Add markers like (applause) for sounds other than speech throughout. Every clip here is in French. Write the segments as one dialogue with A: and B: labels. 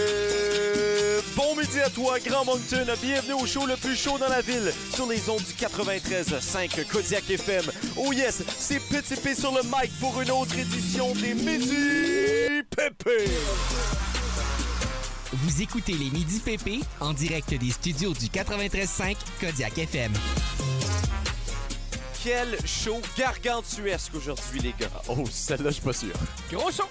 A: Euh, Bon midi à toi, Grand Moncton. Bienvenue au show le plus chaud dans la ville, sur les ondes du 93.5 Kodiak FM. Oh yes, c'est Petit P sur le mic pour une autre édition des Midi Pépé.
B: Vous écoutez les Midi PP en direct des studios du 93.5 Kodiak FM.
A: Quel show gargantuesque aujourd'hui, les gars.
C: Oh, celle-là, je suis pas sûr.
D: Gros son!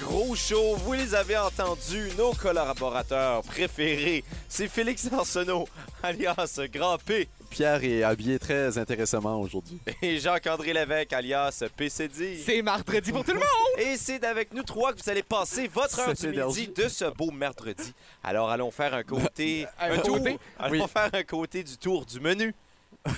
A: Gros show, vous les avez entendus, nos collaborateurs préférés, c'est Félix Arsenault, alias Grand P,
C: Pierre est habillé très intéressamment aujourd'hui.
A: et Jacques-André Lévesque, alias PCD.
D: C'est mercredi pour tout le monde!
A: Et c'est avec nous trois que vous allez passer votre heure
C: Cette
A: du midi
C: énergie.
A: de ce beau mercredi. Alors allons faire un
C: (laughs)
A: côté, un
D: un
A: tour,
D: côté?
A: allons faire un côté du tour du menu.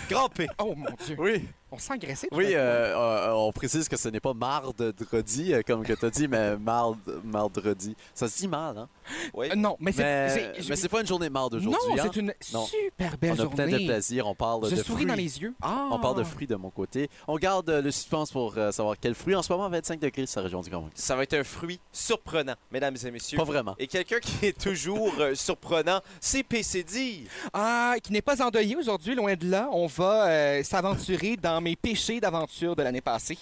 A: Grand P.
D: Oh mon Dieu!
C: (laughs) Oui,
D: On s'est engraissé? tout
C: oui,
D: d'un
C: euh, euh, on précise que ce n'est pas mardredi, euh, comme que t'as dit, mais mard, mardredi. Ça se dit mal, hein?
A: Oui.
D: coup. Euh, Non, mais c'est.
C: Mais
D: c'est-
C: mais c'est pas une journée marde
D: Non,
C: aujourd'hui, hein?
D: c'est une
C: Non.
D: super
C: On
D: belle
C: a
D: journée.
C: plein de plaisir, on parle
D: Je
C: de
D: souris
C: fruits.
D: dans les yeux. Ah.
C: On parle de fruits de mon côté. On garde euh, le suspense pour euh, savoir quel fruit. En ce moment, 25 degrés sur la région du Grand Moncton.
A: Ça va être un fruit surprenant, mesdames et messieurs.
C: Pas vraiment.
A: Et quelqu'un qui est toujours euh, surprenant, c'est PCD.
D: Ah, qui n'est pas endeuillé aujourd'hui, loin de là. On va euh, s'aventurer dans mes péchés d'aventure de l'année passée.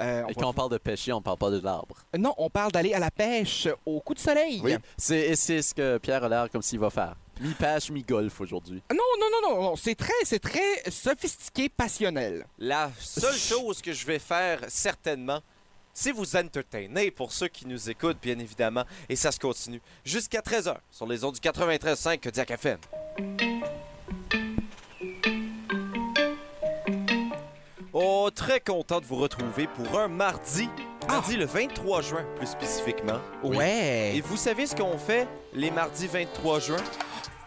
D: Euh, on
C: Hmm. Et
D: va-
C: quand on parle de pêcher, on parle pas de l'arbre.
D: Non, on parle d'aller à la pêche au coup de soleil.
C: Oui, c'est et c'est ce que Pierre a l'air comme s'il va faire. Mi-pêche, mi-golf aujourd'hui.
D: Non, non, non, non, non. C'est très, c'est très sophistiqué, passionnel.
A: La seule chose que je vais faire, certainement, c'est vous entertainer pour ceux qui nous écoutent, bien évidemment. Et ça se continue jusqu'à 13h sur les ondes du 93.5 Kodiak FM. Oh, très content de vous retrouver pour un mardi.
C: Ah!
A: Mardi le 23 juin, plus spécifiquement. Et
D: Ouais.
A: vous savez ce qu'on fait les mardis 23 juin?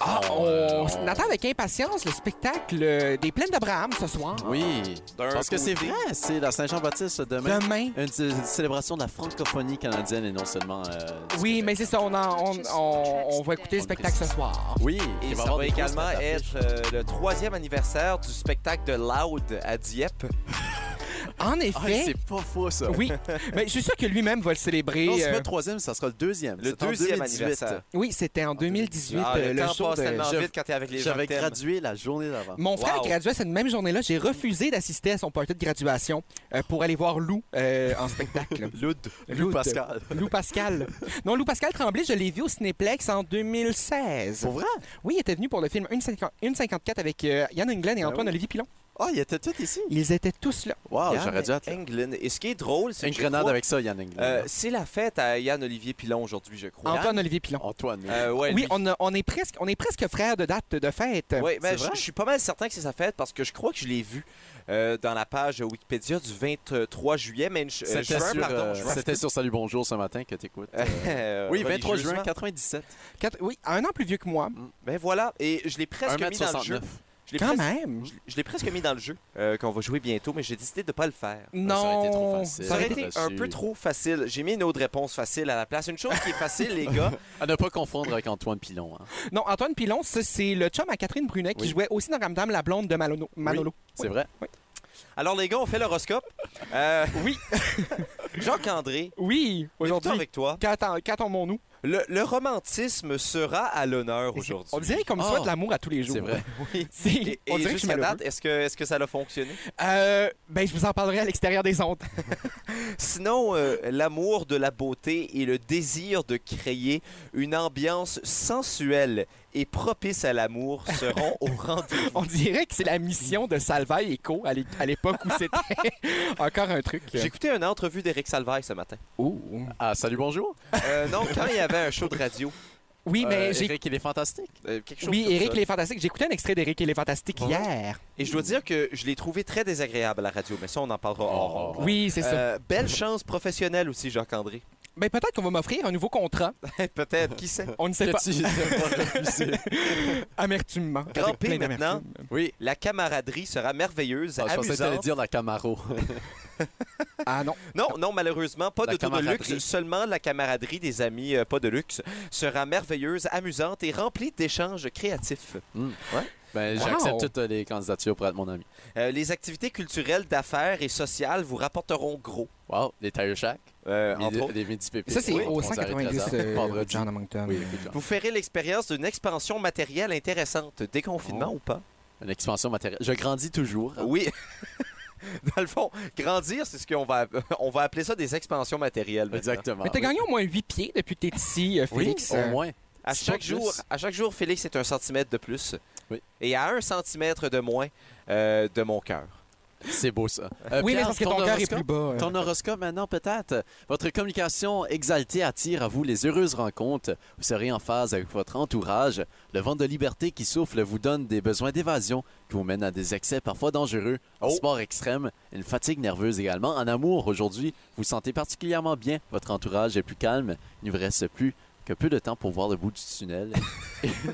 D: Ah, on on attend avec impatience le spectacle euh, des plaines d'Abraham ce soir.
C: Oui,
A: D'un
C: parce que c'est
A: côté-
C: vrai, c'est la Saint-Jean-Baptiste demain.
D: Demain.
C: Une, cé- une célébration de la francophonie canadienne et non seulement. euh, du
D: Oui,
C: Québec.
D: mais c'est ça, on, en- on, on- on va écouter le spectacle ce soir.
C: Oui, il
A: Et
C: y
A: ça
C: avoir
A: va
C: des grosses
A: également
C: têtes
A: être
C: d'affiche.
A: euh, le troisième anniversaire du spectacle de Loud à Dieppe.
D: En
A: euh,
C: Ah,
D: effet,
C: c'est pas faux ça.
D: oui,
C: (laughs)
D: mais je suis sûr que lui-même va le célébrer.
C: Non, c'est pas
D: euh,
C: le troisième, ça sera le deuxième.
A: Le
C: C'est en
A: deuxième
C: 2018.
A: anniversaire.
D: oui, c'était en 2018,
A: Ah,
D: euh,
A: le,
D: le
A: temps
D: show
A: passe
D: de...
A: tellement
C: je-
A: vite quand t'es avec les gens
C: J'avais
A: que t'aimes.
C: gradué la journée d'avant.
D: Mon frère
A: Wow.
D: graduait cette même journée-là. J'ai refusé d'assister à son party de graduation euh, pour aller voir Lou euh, en
C: (laughs)
D: spectacle.
C: Lud,
D: Lud.
C: Lud Pascal.
D: Lou Pascal. Non, Lou Pascal Tremblay, je l'ai vu au Cinéplex en 2016.
C: Pour vrai?
D: Oui, il était venu pour le film 1,50 1,54 avec euh, Yann Englen et
C: Ben
D: Antoine
C: oui.
D: Olivier Pilon.
C: Ah, il était tout ici.
D: Ils étaient tous là.
C: Wow,
A: Yann
C: Ah, j'aurais dû être. là.
A: Englund. Et ce qui est drôle, c'est
C: Une
A: que je
C: grenade
A: crois-
C: avec ça, Yann England.
A: Euh, c'est la fête à Yann-Olivier Pilon aujourd'hui, je crois.
D: Antoine Olivier Pilon.
C: Antoine.
A: Euh, ouais,
D: oui,
A: lui.
D: on, a- on est presque, on est presque frères de date de fête.
A: Ouais, ben,
C: C'est
A: je,
C: vrai?
A: je suis pas mal certain que c'est sa fête parce que je crois que je l'ai vu euh, dans la page Wikipédia du 23 juillet, mais une ch- euh,
C: C'était
A: juin,
C: sur,
A: pardon,
C: euh,
A: juin.
C: c'était sur Salut Bonjour ce matin que t'écoutes.
A: (laughs) Euh,
C: oui, 23
A: religieusement.
C: juin 97.
D: Quatre- oui, un an plus vieux que moi.
A: Ben voilà, et je l'ai presque mis dans le
C: 1m69.
A: jeu. Je l'ai
D: Quand
A: presque-
D: même.
A: je- Je l'ai presque mis dans le jeu euh, qu'on va jouer bientôt, mais j'ai décidé de pas le faire.
D: Non.
C: Ça aurait été trop facile.
A: Ça aurait été
C: Reçu.
A: un peu trop facile. J'ai mis une autre réponse facile à la place. Une chose qui est facile, les
D: (laughs)
A: gars,
C: À ne pas confondre avec Antoine Pilon. hein.
D: Non, Antoine Pilon, ça, c'est le chum à Catherine Brunet qui
C: Oui.
D: jouait aussi dans Ramdam, la blonde de Malono- Manolo.
C: C'est vrai.
A: Alors les gars, on fait l'horoscope. Euh,
D: Oui.
A: (laughs) Jacques-André,
D: Oui,
A: aujourd'hui
D: aujourd'hui.
A: avec toi.
D: Qu'attend- Qu'attendons-nous?
A: Le, le romantisme sera à l'honneur aujourd'hui.
D: On dirait qu'on me
C: Ah.
D: souhaite l'amour à tous les jours.
C: C'est vrai.
A: Oui.
D: (laughs) C'est-
A: Et,
D: on
A: et
D: dirait que je suis
A: jusqu'à
D: malheureux.
A: date, est-ce que, est-ce que ça a fonctionné?
D: Euh, ben, je vous en parlerai à l'extérieur des ondes.
A: Sinon, euh, l'amour de la beauté et le désir de créer une ambiance sensuelle et propice à l'amour seront
D: (laughs)
A: au rendez-vous.
D: On dirait que c'est la mission de Salvaille et Co. à l'é- à l'époque où c'était
C: (laughs)
D: encore un truc. Oh.
A: J'ai écouté une entrevue d'Éric Salvaille ce matin.
D: Ouh.
C: Ah, Salut Bonjour.
A: Euh, non, quand il y avait un show de radio,
D: Oui, mais
C: Euh,
D: j'ai.
C: Eric, il est fantastique.
A: euh, quelque chose
D: Oui,
A: comme
D: Eric
A: ça.
D: les Fantastiques. J'ai écouté un extrait d'Eric et les Fantastiques
C: Ouais.
D: hier.
A: Et je dois dire que je l'ai trouvé très désagréable à la radio, mais ça, on en parlera hors
C: Oh.
A: ondes.
D: Oui, c'est ça.
A: Euh, belle chance professionnelle aussi, Jacques-André. (laughs)
D: Ben, peut-être qu'on va m'offrir un nouveau contrat.
A: Peut-être, qui sait?
D: On ne
C: (laughs)
D: sait pas.
C: Que tu-
D: (laughs)
C: t'as pas refusé.
D: Amertument.
A: Grand
D: Avec
A: P
D: plein d'amertume.
C: Oui.
A: La camaraderie sera merveilleuse,
C: Ah, je pensais que t'allais
A: amusante.
C: dire
D: (laughs)
C: la Camaro.
D: Ah
C: (laughs)
D: non.
A: Non, non, malheureusement, pas
C: La
A: de tour de
C: camaraderie.
A: luxe, seulement la camaraderie des amis, euh, pas de luxe, sera merveilleuse, amusante et remplie d'échanges créatifs.
C: Mm.
A: Ouais.
C: Ben,
D: Wow!
C: J'accepte toutes euh, les candidatures pour être mon ami.
A: Euh, les activités culturelles, d'affaires et sociales vous rapporteront gros,
C: Wow, les Tire Shack,
A: euh,
C: midi-
A: entre autres.
C: les Midi Pépé.
D: Ça, c'est
C: Oui,
D: au
C: on s'arrête
D: 190
C: à
D: euh,
C: ça. Vendredi.
D: John à Moncton.
C: Oui, oui, John.
A: Vous ferez l'expérience d'une expansion matérielle intéressante. Déconfinement
C: Oh.
A: ou pas?
C: Une expansion matérielle. Je grandis toujours.
A: Oui. (laughs) Dans le fond, grandir, c'est ce qu'on va, (laughs) on va appeler ça des expansions matérielles. maintenant.
C: Exactement.
D: Mais t'as
C: Oui.
D: gagné au moins 8 pieds depuis que t'es ici, euh,
C: Oui,
D: Félix.
C: au
D: Euh,
C: moins.
A: À
C: C'est
A: chaque,
C: pas
A: jour,
C: plus.
A: à chaque jour, Félix est un centimètre de plus.
C: Oui.
A: Et à un centimètre de moins euh, de mon cœur.
C: C'est beau ça. Euh,
D: oui, mais
C: Pierre,
D: parce que
C: ton
D: ton cœur est
C: horoscope?
D: plus bas. euh.
C: Ton horoscope maintenant, peut-être. Votre communication exaltée attire à vous les heureuses rencontres. Vous serez en phase avec votre entourage. Le vent de liberté qui souffle vous donne des besoins d'évasion qui vous mènent à des excès parfois dangereux. Un
A: Oh.
C: sport extrême, une fatigue nerveuse également. En amour, aujourd'hui, vous sentez particulièrement bien. Votre entourage est plus calme. Il ne vous reste plus que peu de temps pour voir le bout du tunnel.
D: (laughs)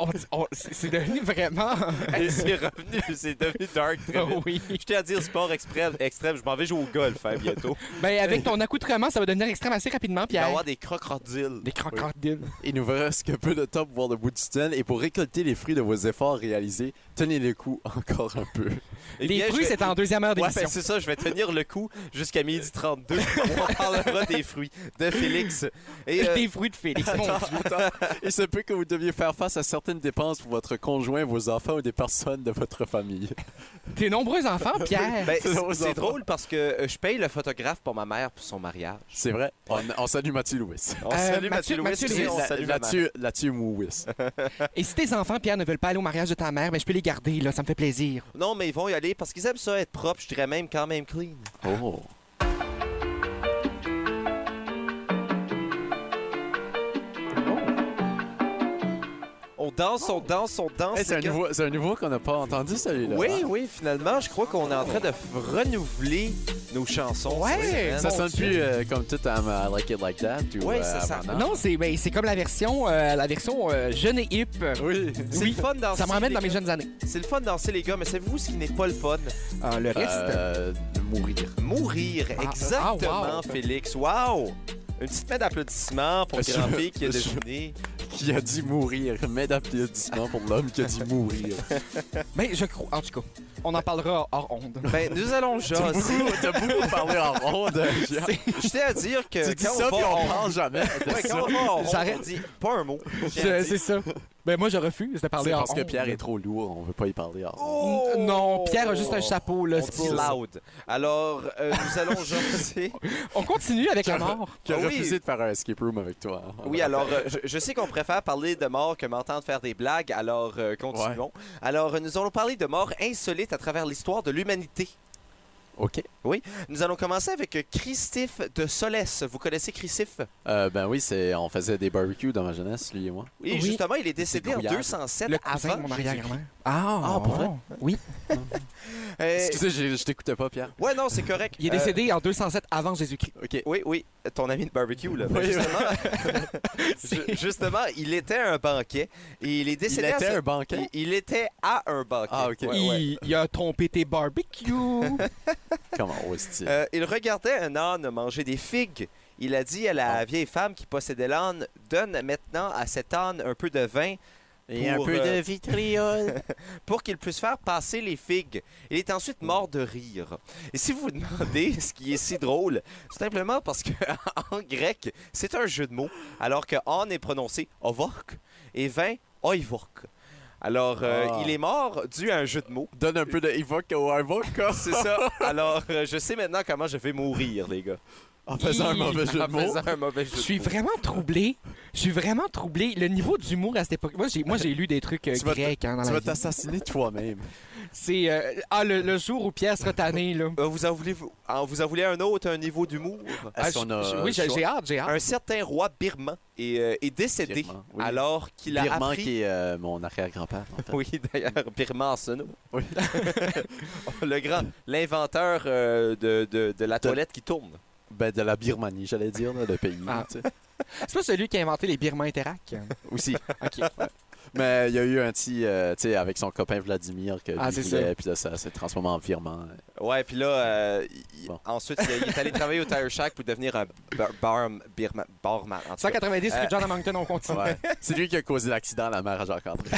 D: On- on- c'est c'est devenu
C: (laughs)
D: vraiment... (laughs)
A: c'est revenu, c'est devenu dark très vite.
D: Oh oui.
A: J'étais à dire sport expré- extrême, je m'en vais jouer au golf hein, bientôt.
D: Ben, avec ton accoutrement, ça va devenir extrême assez rapidement,
A: Il va y
D: Pierre.
A: avoir des crocodiles.
D: Des crocodiles.
C: (laughs) Il nous reste que peu de temps pour voir le bout du tunnel et pour récolter les fruits de vos efforts réalisés, tenez le coup encore un peu.
A: Eh
D: Les
A: bien, je
D: fruits,
A: vais-
D: c'était en deuxième heure
A: Ouais,
D: d'émission.
A: ben, c'est ça, je vais tenir le coup jusqu'à midi 32. On parlera des fruits de Félix. Et, euh, (laughs)
D: Des fruits de Félix. Mon Dieu.
C: Il se peut que vous deviez faire face à certaines dépenses pour votre conjoint, vos enfants ou des personnes de votre famille.
D: Tes nombreux enfants, Pierre.
A: ben,
C: C'est drôle,
A: c'est
C: ça.
A: drôle parce que euh, je paye le photographe pour ma mère pour son mariage.
C: C'est vrai. On, on salue Mathieu Louis.
A: (laughs) On
D: Euh,
A: salue Mathieu
D: Mathieu-
A: Louis.
D: Mathieu
A: excusez,
D: Louis.
A: on
C: La-
A: salue la mère.
C: Mathieu, Mathieu Mouis.
D: Et si tes enfants, Pierre, ne veulent pas aller au mariage de ta mère, ben, je peux les garder, là, ça me fait plaisir.
A: Non, mais ils vont y aller parce qu'ils aiment ça être propre, je dirais même quand même clean.
C: Oh.
A: On danse, on danse, on danse.
C: Hey, c'est un
A: que-
C: nouveau, c'est un nouveau qu'on n'a pas entendu celui-là.
A: Oui, oui, finalement, je crois qu'on est en train de f- renouveler nos chansons.
D: Ouais.
A: cette semaine.
C: Ça sonne plus euh, comme tout à ma Like It Like That ou
A: Ouais,
C: euh,
A: ça, ça-
C: Havana.
D: Non, c'est ben, c'est comme la version, euh, la version euh, jeune et hip.
C: Oui.
A: C'est
D: Oui.
A: le fun de danser.
D: Ça me ramène
A: les
D: dans mes
A: gars.
D: jeunes années.
A: C'est le fun de danser, les gars, mais savez-vous ce qui n'est pas le fun?
D: Ah, le reste.
C: Euh, de mourir.
A: Mourir.
D: Ah,
A: Exactement,
D: ah, wow.
A: Félix. Wow! Une petite main d'applaudissements pour
C: Je-
A: Grand P qui a
C: je-
A: deviné.
C: Qui a dit mourir. Mais d'applaudissements pour l'homme qui a dit mourir.
D: Ben, je crois. En tout cas, on en parlera hors onde.
A: Ben, nous allons jaser.
C: T'as beaucoup parlé en
A: (laughs)
C: ronde.
A: Je tiens à dire que
C: Tu dis
A: quand
C: ça
A: on
C: puis
A: va
C: on
A: en-
C: parle jamais. de
A: Ouais,
C: ça.
A: quand on va en- on
D: (laughs) J'arrête.
A: dit pas un mot. J'ai à
D: Je-
A: dire.
D: (laughs) C'est ça. Ben, moi, je refuse de parler
C: C'est
D: hors
C: parce que
D: onde.
C: Pierre est trop lourd, on veut pas y parler. hors-
A: Oh!
D: N- Non, Pierre a juste un chapeau, là.
A: On
D: c'est
A: dit
D: pour-
A: loud. Alors, euh, nous allons
D: (laughs)
A: jaser.
D: On continue avec la mort.
C: Qui a
A: Ah oui.
C: refusé de faire un escape room avec toi. hein.
A: Oui, alors, euh, je, je sais qu'on préfère parler de mort que m'entendre faire des blagues, alors euh, continuons. Alors, euh, nous allons parler de mort insolite à travers l'histoire de l'humanité.
C: OK.
A: Nous allons commencer avec euh, Christophe de Solès. Vous connaissez Christophe?
C: Euh, ben oui, c'est on faisait des barbecues dans ma jeunesse, lui et moi.
A: Oui,
D: Oui.
A: justement, il est décédé en
C: grouillard.
A: 207
D: Le cousin de
A: avant
D: mon
A: Jésus-Christ.
D: arrière-grand-mère. Ah,
C: Ah, pour vrai?
D: Oui.
A: Euh,
C: Excusez, je, je t'écoutais pas, Pierre.
A: ouais, non, c'est correct.
D: Il est
A: Euh,
D: décédé en 207 avant Jésus-Christ.
C: OK.
A: Oui, oui, ton ami de barbecue, là. Mais
C: Oui, (laughs)
A: justement, ju- justement, il était à un banquet et il est
C: Il
A: décédé à
C: était
A: ce-
C: un banquet.
A: (laughs) Il, il était à un banquet.
C: Ah, ok.
A: Ouais, ouais.
D: Il, il a trompé tes
C: (laughs)
D: barbecues.
C: Comment est
A: Euh, il regardait un âne manger des figues. Il a dit à
C: Ah.
A: la vieille femme qui possédait l'âne Donne maintenant à cet âne un peu de vin
C: Et un
A: pour,
C: peu
A: euh,
C: de vitriol.
A: (laughs) pour qu'il puisse faire passer les figues. Il est
C: Mm.
A: ensuite mort de rire. Et si vous (laughs) vous demandez ce qui est si drôle, c'est simplement parce que (laughs) en grec, c'est un jeu de mots, alors que âne est prononcé ovork et vin oivork. Alors, euh,
C: Ah.
A: il est mort dû à un jeu de mots.
C: Donne un peu de Evoque au Evoque
A: (laughs) C'est
C: (laughs)
A: ça. Alors, euh, je sais maintenant comment je vais mourir, les gars.
C: en faisant un mauvais jeu de
A: En
C: mots.
A: faisant un mauvais jeu
D: Je
A: de
D: suis
A: mots.
D: vraiment troublé. Je suis vraiment troublé. Le niveau d'humour à cette époque. Moi, j'ai, moi, j'ai lu des trucs euh,
C: Tu vas te-
D: grecs hein, dans
C: Tu
D: la
C: vas
D: vie.
C: t'assassiner toi-même.
D: C'est euh, ah le, le jour où Pierre sera tanné là.
A: Euh, vous, en voulez, ah, vous en voulez un autre, un niveau d'humour?
D: Ah,
C: Est-ce
D: je-
C: qu'on a euh,
D: je- oui,
C: le
D: j'ai,
C: choix?
D: j'ai hâte, j'ai hâte.
A: Un certain roi birman est, euh, est décédé
C: Birman, oui.
A: alors qu'il a
C: Birman
A: appris...
C: qui est euh, mon arrière-grand-père, en
A: (laughs)
C: fait.
A: Oui, d'ailleurs, Birman Arsenault.
C: Oui.
A: (laughs) Le grand, l'inventeur euh, de, de- de la
C: De-
A: toilette qui tourne.
C: Ben, de la Birmanie, j'allais dire, là, le pays.
D: Ah.
C: tu sais. (laughs)
D: C'est pas celui qui a inventé les birmans Interac.
A: Aussi.
D: Ok.
C: Mais il y a eu un petit, euh, tu sais, avec son copain Vladimir, que
D: Ah,
C: lui
D: c'est
C: voulait,
D: ça.
C: puis là, ça s'est transformé en virement.
A: Ouais, puis là, euh, il-
C: Bon.
A: ensuite, il, il est allé travailler au Tire Shack pour devenir un bar, bar, birma- barman. en tout cas.
D: 190 rue John Moncton, on continue.
C: Ouais. (laughs) C'est lui qui a causé l'accident à la mère
A: (laughs)
C: à Jacques-André.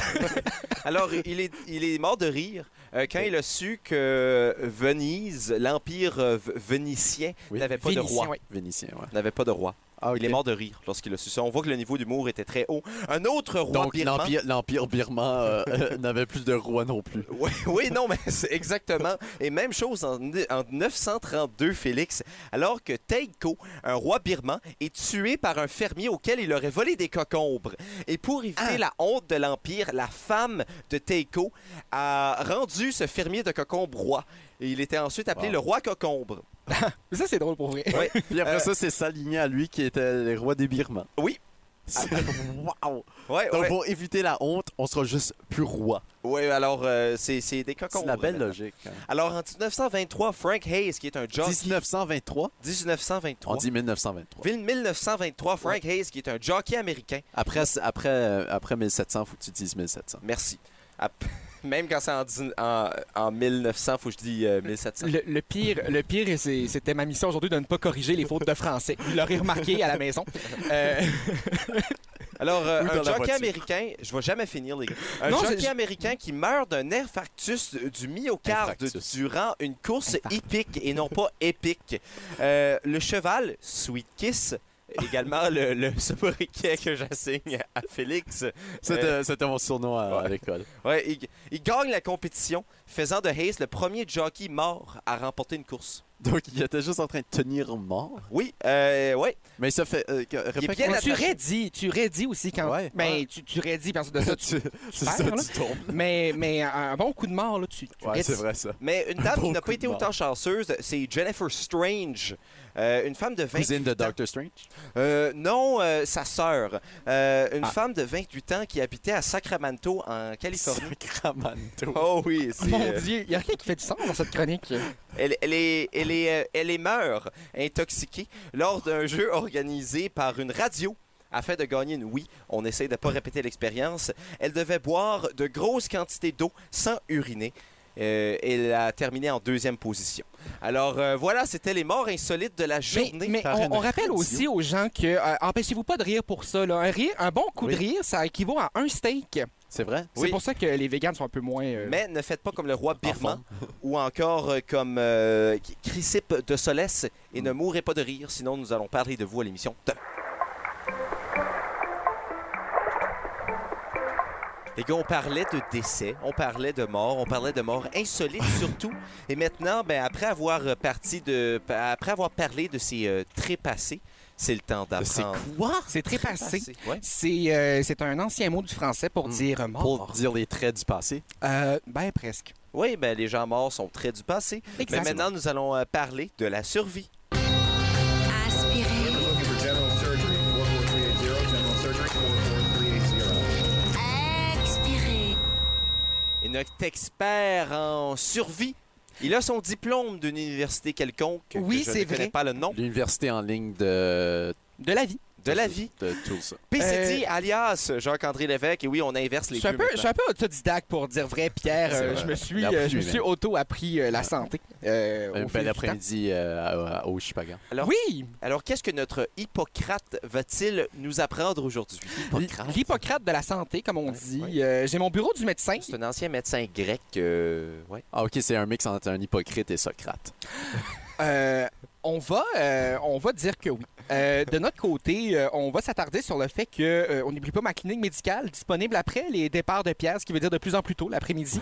A: Alors, il est, il est mort de rire euh, quand il a su que Venise, l'empire euh, v- vénitien,
C: Oui.
A: n'avait pas de
D: Vénitien,
A: roi.
D: ouais.
C: Vénitien, ouais.
A: N'avait pas de roi.
C: Ah,
A: Il est mort de rire lorsqu'il a su ça. On voit que le niveau d'humour était très haut. Un autre roi
C: Donc,
A: birman-
C: l'empire, l'empire birman euh, euh, (laughs) n'avait plus de roi non plus.
A: Oui, oui, non, mais c'est exactement. Et même chose en, en 932, Félix, alors que Teiko, un roi birman, est tué par un fermier auquel il aurait volé des cocombres. Et pour éviter
C: Ah.
A: la honte de l'Empire, la femme de Teiko a rendu ce fermier de cocombres roi. Et il était ensuite appelé
C: Wow.
A: le roi cocombre.
D: Mais Ça, c'est drôle pour vrai.
C: Puis après
A: Euh,
C: ça, c'est s'aligner à lui qui était le roi des birmans.
A: Oui.
C: (laughs) C'est- Wow!
A: Ouais,
C: Donc,
A: ouais.
C: pour éviter la honte, on sera juste plus roi.
A: Ouais, alors euh, c'est c'est des
C: C'est
A: cocombres.
C: la belle
A: maintenant.
C: logique. hein.
A: Alors en 1923, Frank Hayes, qui est un jockey.
C: 1923, on
A: 1923.
C: dit 1923.
A: Ville 1923, Frank Hayes, qui est un jockey américain.
C: Après, après, euh, après 1700, faut que tu dises 1700.
A: Merci. Ap- (laughs) Même quand c'est en, dix- en, en 1900, faut que je dise euh, 1700.
D: Le, le pire, le pire c'est- c'était ma mission aujourd'hui de ne pas corriger les fautes de français. Vous l'aurez remarqué à la maison. Euh,
A: (laughs) Alors, euh,
C: Ou dans
A: un
C: la
A: jockey
C: voiture.
A: américain, je vais jamais finir, les gars. Un
D: Non,
A: jockey
D: je-
A: américain qui meurt d'un infarctus euh, du myocarde
C: Infarctus.
A: durant une course hippique et non pas épique. Euh, le cheval, Sweet Kiss, également le, le sobriquet que j'assigne à Félix.
C: C'était c'était mon surnom à, à
A: ouais.
C: l'école.
A: Ouais, il, il gagne la compétition, faisant de Hayes le premier jockey mort à remporter une course.
C: Donc, il était juste en train de tenir mort.
A: Oui, euh, ouais.
C: Mais il se fait. euh, que- répète-
A: bien
D: tu
A: attaché.
D: aurais dit, tu aurais dit aussi quand.
C: Ouais.
D: ben,
C: Ouais.
D: tu, tu aurais dit, parce que de ça, tu-
C: Tu- C'est
D: perds,
C: ça,
D: là.
C: tu tombes.
D: mais, mais euh, un bon coup de mort, là, tu. tu
C: Ouais,
D: aurais
C: c'est
D: dit-
C: vrai ça.
A: Mais (laughs) une dame
C: bon
A: qui n'a
C: coup
A: pas
C: de
A: été
C: barre.
A: autant chanceuse, c'est Jennifer Strange, Euh, une femme de 28
C: Cousine de
A: ans.
C: Doctor Strange.
A: Euh, non, euh, sa sœur. Euh, une
D: Ah.
A: femme de 28 ans qui habitait à Sacramento, en Californie.
C: Sacramento.
A: (laughs) Oh oui, c'est,
D: Mon
A: euh,
D: Dieu, il y a rien qui fait du sens dans cette chronique.
A: elle, elle est, elle est, euh, elle est meurt intoxiquée lors d'un jeu organisé par une radio. Afin de gagner une oui, on essaie de ne pas répéter l'expérience. Elle devait boire de grosses quantités d'eau sans uriner. Euh, elle a terminé en deuxième position. Alors euh, voilà, c'était les morts insolites de la
D: Mais,
A: journée.
D: mais
C: par une
D: on, on rappelle
C: radio.
D: aussi aux gens que euh, empêchez-vous pas de rire pour ça. là. Un, rire, un bon coup de
C: Oui.
D: rire, ça équivaut à un steak.
C: C'est vrai?
D: C'est
A: Oui.
D: pour ça que les véganes sont un peu moins. euh,
A: Mais ne faites pas comme le roi birman
C: forme. (laughs)
A: ou encore euh, comme euh, Chrysippe de Solès et
C: Mm.
A: ne mourrez pas de rire, sinon nous allons parler de vous à l'émission demain. Les gars, on parlait de décès, on parlait de mort, on parlait de mort
C: (laughs)
A: insolite surtout. Et maintenant, ben, après, avoir euh, parti de, pa- après avoir parlé de ces euh, trépassés, c'est le temps
C: C'est
A: d'apprendre.
C: quoi?
D: C'est très passé.
A: Ouais.
D: C'est euh, c'est un ancien mot du français pour
C: Mm.
D: dire mort.
C: Pour dire les traits du passé.
D: Euh, ben presque.
A: Oui, ben, les gens morts sont très du passé. Mais
D: Exactement.
A: maintenant, nous allons euh, parler de la survie.
E: Aspirer,
F: Looking for general surgery. 44380, general surgery, 44380.
E: expirer,
A: Il est expert en survie. Il a son diplôme d'une université quelconque. que
D: Oui,
A: je
D: c'est
A: ne connais
D: vrai.
A: pas le nom.
C: L'université en ligne de.
D: De la vie.
A: De la vie.
C: De tout ça.
A: PCD alias Jacques-André Lévesque. Et oui, on inverse
D: Je
A: les
D: suis Euh, un
A: deux
D: peu, je
A: maintenant.
D: suis un peu autodidacte pour dire vrai, Pierre.
C: C'est
D: Euh,
C: vrai.
D: je me suis,
C: Il a appris
D: euh, je me
C: lui-même.
D: suis auto-appris euh, la santé. euh,
C: Un
D: au fil
C: bel
D: du
C: après-midi euh, à- au Chipagan.
A: Alors-
D: temps. Oui,
A: Alors, qu'est-ce que notre Hippocrate va-t-il nous apprendre aujourd'hui?
D: l'Hippocrate de la santé, comme on
A: Ouais,
D: dit.
A: ouais.
D: Euh, J'ai mon bureau du médecin.
A: C'est un ancien médecin grec. euh, ouais.
C: Ah, ok, c'est un mix entre un hypocrite et Socrate.
D: Euh, on va, euh, on va dire que oui. Euh, de notre côté, euh, on va s'attarder sur le fait que euh, on n'oublie pas ma clinique médicale disponible après les départs de Pierre, ce qui veut dire de plus en plus tôt l'après-midi.